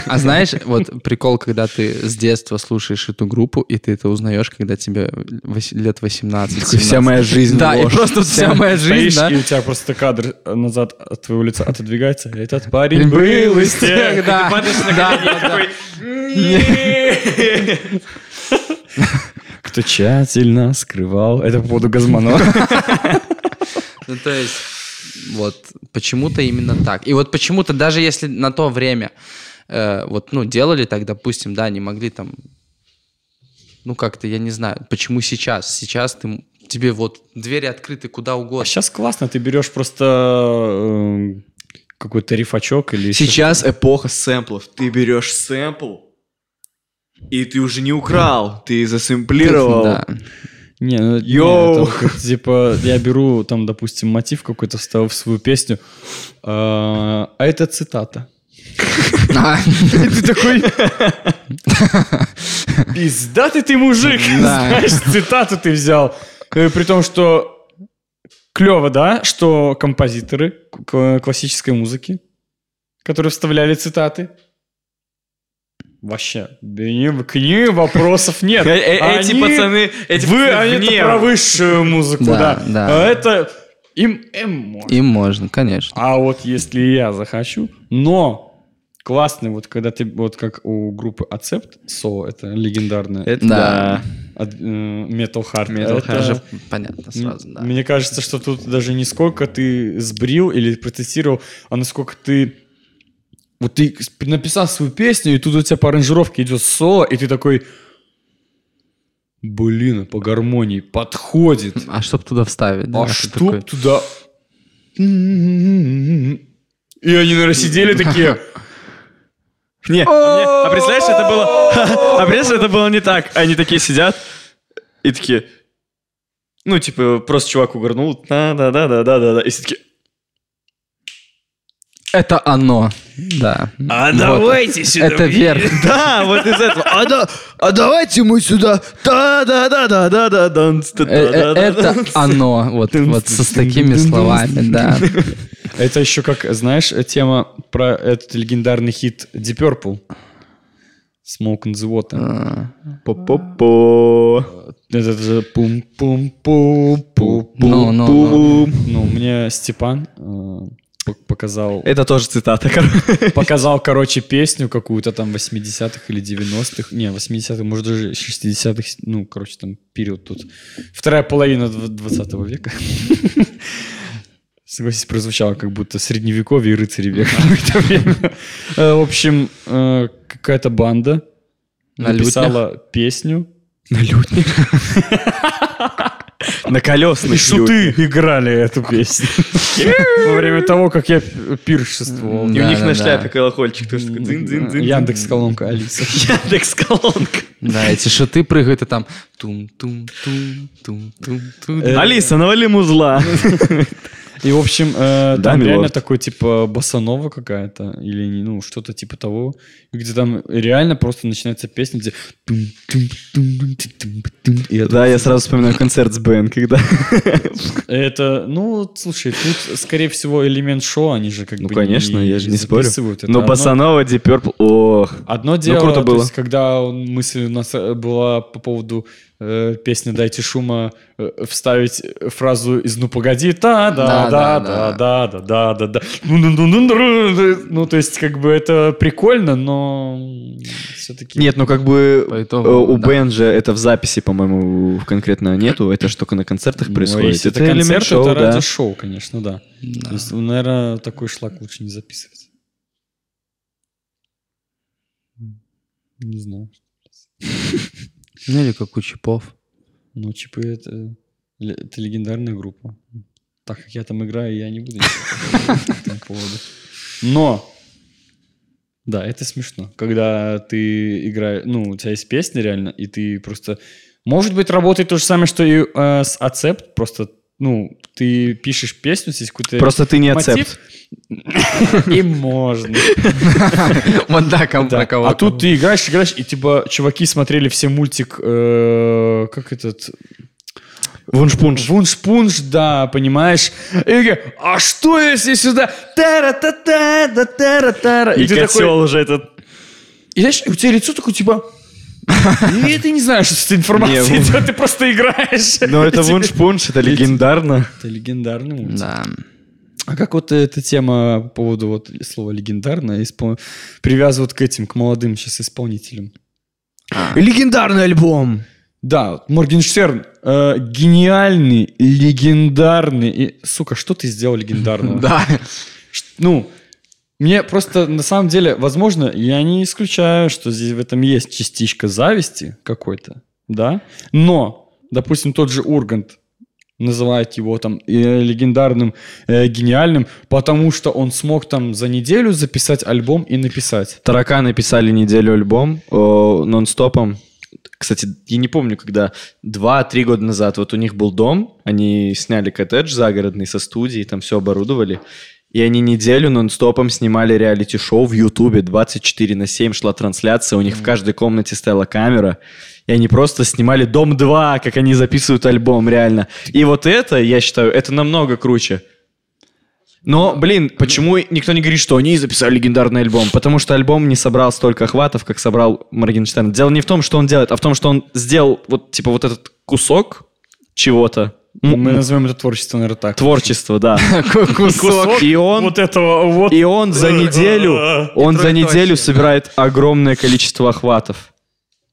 А знаешь, вот прикол, когда ты с детства слушаешь эту группу, и ты это узнаешь, когда тебе вось- лет 18 Вся 17. моя жизнь Да, и ложь. просто вся моя Стоишь, жизнь, да? и у тебя просто кадр назад от твоего лица отодвигается. Этот парень был из тех. Да, да, да, да. Кто тщательно скрывал. Это по поводу Газманова. Ну, то есть, вот, почему-то именно так. И вот почему-то, даже если на то время, э, вот, ну, делали так, допустим, да, не могли там, ну, как-то, я не знаю, почему сейчас? Сейчас ты, м- тебе вот двери открыты куда А угодно. сейчас классно, ты берешь просто эм, какой-то рифачок или... ещё- Сейчас эпоха сэмплов. Ты берешь сэмпл, и ты уже не украл, ты засэмплировал. Да. Не, ну, не, Йоу! там как, типа, я беру, там, допустим, мотив какой-то, вставил в свою песню, а а это цитата. А, Ты такой... Пиздатый ты мужик! Да. Знаешь, цитату ты взял. Э, При том, что клево, да, что композиторы к- классической музыки, которые вставляли цитаты, Вообще, да не, к ним вопросов нет. Э- э- Эти Они- пацаны, эти Вы, пацаны они вне. это про высшую музыку, Да, да. да. А это им, им можно. Им можно, конечно. А вот если я захочу, но классный, вот когда ты, вот как у группы Ацепт, СО, это легендарная Это Да. да. от, э, Metal Hard. Metal это- Hard. Даже понятно м, сразу, да. Мне кажется, что тут даже не сколько ты сбрил или протестировал, а насколько ты вот ты с- написал свою песню, и тут у тебя по аранжировке идет соло, и ты такой, блин, а по гармонии подходит. А чтоб туда вставить? да, А ты что такой, туда? И они, наверное, сидели такие. Не, а мне- а представляешь, это было... А представляешь, это было не так. А Они такие сидят и такие... Ну, типа, просто чувак угорнул. Да-да-да-да-да-да. И все такие... Это оно, да. А Вот. давайте сюда. Это мне». верх. Да, вот из этого. А, да- а давайте мы сюда... Да-да-да-да-да-да. данс, Э, э, да-да-да-да». Это оно, вот, вот со с такими словами, да. Это еще как, знаешь, тема про этот легендарный хит Deep Purple. Smoke and the Э, Water. По-по-по. Это же пум пум пум пум Ну, ну, ну. Бум. Ну, мне Степан э, пок- показал, Это тоже цитата, короче. показал, короче, песню какую-то там 80-х или 90-х. Не, 80-х, может, даже 60-х. Ну, короче, там период тут. Вторая половина дв- 20 века. Согласись, прозвучало как будто средневековье и рыцари века в это время. Э, В общем, э, какая-то банда На написала песню. На колесных И шуты играли эту песню. Во время того, как я п- пиршествовал. И у Да, них да, на да. шляпе колокольчик. тоже такой дзынь-дзынь-дзынь. Яндекс колонка Алиса. Яндекс колонка. Да, эти шуты прыгают, и там Э, тум-тум-тум, тум-тум-тум. Алиса, навали музла. И, в общем, э, Да, там реально милорд. такой, типа, басанова какая-то, или, не- ну, что-то типа того, где там реально просто начинается песня, где... тум-тум-тум-тум-тум-тум. И это- Да, я сразу вспоминаю концерт с Бен, когда... Это, ну, слушай, тут, скорее всего, элемент шоу, они же как Ну, бы конечно, я же не спорю. записывают. Это Но одно- Басанова, Deep Purple, ох. Одно дело, круто то было. есть, когда он- мысль у нас э, была по поводу э, песни «Дайте шума» э, вставить фразу из «Ну, погоди», та да да да да да да да да Ну, то есть, как бы это прикольно, но все-таки... Нет, ну как бы По э, итогу, у да. Бен же это в записи, по-моему, конкретно нету. Это же только на концертах происходит. ну, это, элемент концерт, шоу, это да. радиошоу, конечно, да. То есть, наверное, такой шлак лучше не записывать. Не знаю. Ну или как у Чипов. Ну, Чипы это, ле- это легендарная группа. Так как я там играю, я не буду ничего говорить по этому поводу. Но! Да, это смешно. Когда ты играешь... Ну, у тебя есть песня реально, и ты просто... Может быть, работает то же самое, что и э, с Ацепт. Просто, ну, ты пишешь песню, здесь какой-то... Просто ты не ацепт. мотив, И можно. Вот да, кому Да. про кого. А тут ты играешь, играешь, и типа чуваки смотрели все мультик, э, как этот... Вуншпунш. Вуншпунш, да, понимаешь? И такие, а что если сюда? Тара-та-та, да тара-тара. И, ты такой, уже этот... и знаешь, и у тебя лицо такое, типа... И ты не знаешь, что с этой информацией Не, идет, ты просто играешь. Но Ну, это И тебе- вунш-пунш, это легендарно. Это легендарный мультик. Да. А как вот эта тема по поводу вот слова легендарное испо- привязывают к этим, к молодым сейчас исполнителям? Легендарный альбом! Да, вот Моргенштерн э, гениальный, легендарный. И, сука, что ты сделал легендарного? Да. Ш- Ну, мне просто на самом деле, возможно, я не исключаю, что здесь в этом есть частичка зависти какой-то, да. Но, допустим, тот же Ургант называет его там э, легендарным, э, гениальным, потому что он смог там за неделю записать альбом и написать. Тараканы писали неделю альбом э, нон-стопом. Кстати, я не помню, когда. Два-три года назад вот у них был дом, они сняли коттедж загородный со студией, там все оборудовали. И они неделю нон-стопом снимали реалити-шоу в Ютубе. 24 на 7 шла трансляция, у них в каждой комнате стояла камера. И они просто снимали «Дом 2», как они записывают альбом, реально. И вот это, я считаю, это намного круче. Но, блин, почему никто не говорит, что они записали легендарный альбом? Потому что альбом не собрал столько охватов, как собрал Моргенштерн. Дело не в том, что он делает, а в том, что он сделал вот, типа, вот этот кусок чего-то. М- Мы м- назовем это творчество, наверное, так. Творчество, да. Кусок И он, вот этого вот и он за неделю, он за неделю собирает огромное количество охватов.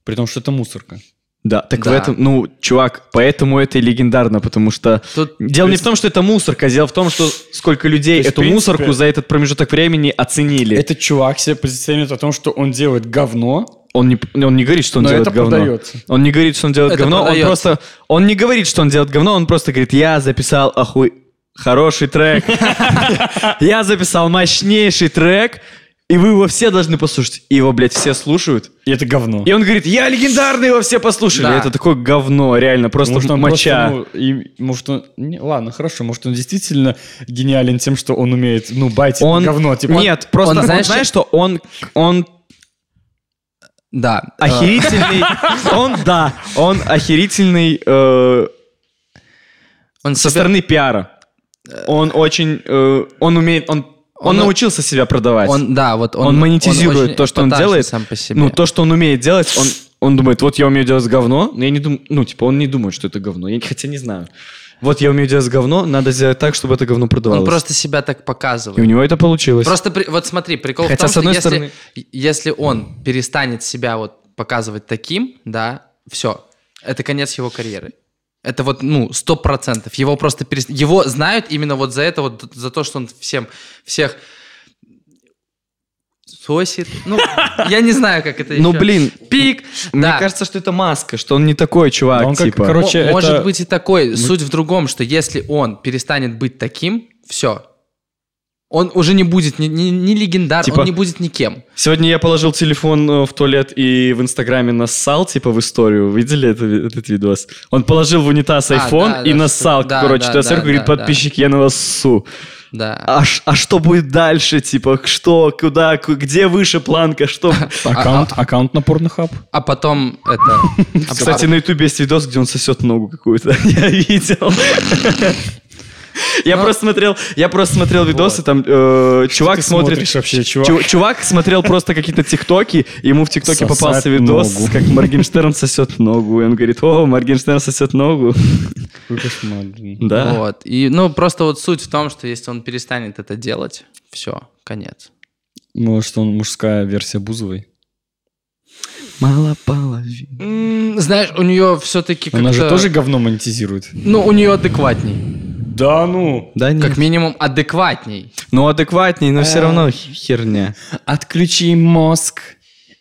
При том, что это мусорка. Да, так в Да. этом, ну, чувак, поэтому это и легендарно, потому что... Тут Дело не в том, что это мусорка, а дело в том, что сколько людей есть, в эту принципе, мусорку за этот промежуток времени оценили. Этот чувак себя позиционирует о том, что он делает говно, Он не, он не говорит, что он но делает это говно. продается. Он не говорит, что он делает Это говно. продается. Он просто... Он не говорит, что он делает говно, он просто говорит, я записал охуй... Хороший трек. Я записал мощнейший трек, и вы его все должны послушать. И его, блядь, все слушают. И это говно. И он говорит, я легендарный, его все послушали. Да. Это такое говно, реально, просто Может, он моча. просто, ну, и- может, он... не, ладно, хорошо, может, он действительно гениален тем, что он умеет, ну, байтить Он- говно. Типа, Нет, просто, он, он, знаешь, знаешь, что он... Он Да. А, э, охерительный... Он, да, он охерительный... э, Он со себя- стороны пиара. Он очень, э, он умеет, он, Он- он, научился себя продавать. Он, да, вот он, Он монетизирует очень то, что он эпатажный делает. сам по себе. ну то, что он умеет делать, он, он думает, вот я умею делать говно, но я не думаю, ну типа он не думает, что это говно, я хотя не знаю. Вот я умею делать говно, надо сделать так, чтобы это говно продавалось. он Ну, просто себя так И у показывает. него это получилось. Просто при- вот смотри, прикол Хотя, в том, с одной что стороны- если, если он перестанет себя вот показывать таким, да, все, это конец его карьеры. Это вот, ну, сто процентов. Его просто перест... Его знают именно вот за это, вот за то, что он всем, всех сосит. Ну, я не знаю, как это Ну ещё. блин, Пик. мне да. кажется, что это маска, что он не такой чувак, А Он как- типа. короче, М- Ну, Может это- быть и такой. Суть в другом, что если он перестанет быть таким, все. он уже не будет ни, ни- ни легендар, Типа- он не будет никем. Сегодня я положил телефон э, в туалет и в Инстаграме нассал, типа, в историю. Видели это ви- этот видос? Он положил в унитаз А, айфон да, и да, нассал, что- да, короче, да, туда сверху да, говорит, да, подписчики, я на вас ссу. Да. А, ш- а что будет дальше, типа, что, куда, к- где выше планка, что... Аккаунт, аккаунт на порнохаб. А потом это... а Кстати, потом- на ютубе есть видос, где он сосет ногу какую-то. Я видел. Я просто смотрел, я просто смотрел видосы, там э, чувак ты смотрит, смотришь вообще, чувак? Чу- чувак смотрел просто какие-то тиктоки, ему в тиктоке Сосать попался видос, ногу. как Моргенштерн сосет ногу, и он говорит, о, Моргенштерн сосет ногу, да. Вот. И, ну, просто вот суть в том, что если он перестанет это делать, все, конец. Может, он мужская версия Бузовой? Мало половин. М, Знаешь, у нее все-таки как-то... Она же тоже говно монетизирует. Ну, у нее адекватней. Да ну! Да нет. Как минимум адекватней. Ну адекватней, но все равно х- херня. Отключи мозг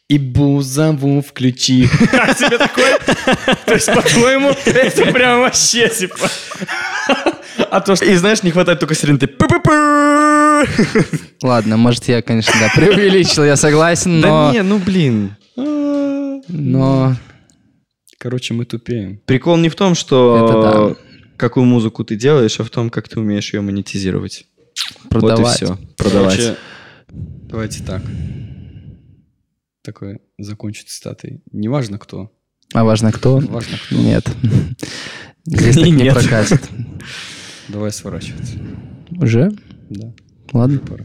и Бузову включи. По-твоему, это прям вообще, типа... А то, что... И знаешь, не хватает только сирены. ты пы-пы-пы. Ладно, может, я, конечно, да, преувеличил, я согласен, Да но... не, ну блин. Но... Короче, мы тупеем. Прикол не в том, Это что какую музыку ты делаешь, а в том, как ты умеешь ее монетизировать. Продавать. Вот и все. Продавать. Короче, давайте так. Такое закончу цитатой. Неважно кто. А важно кто? Важно кто. Нет. Здесь так не Нет. прокатит. Давай сворачиваться. Уже? Да. Ладно. Пора.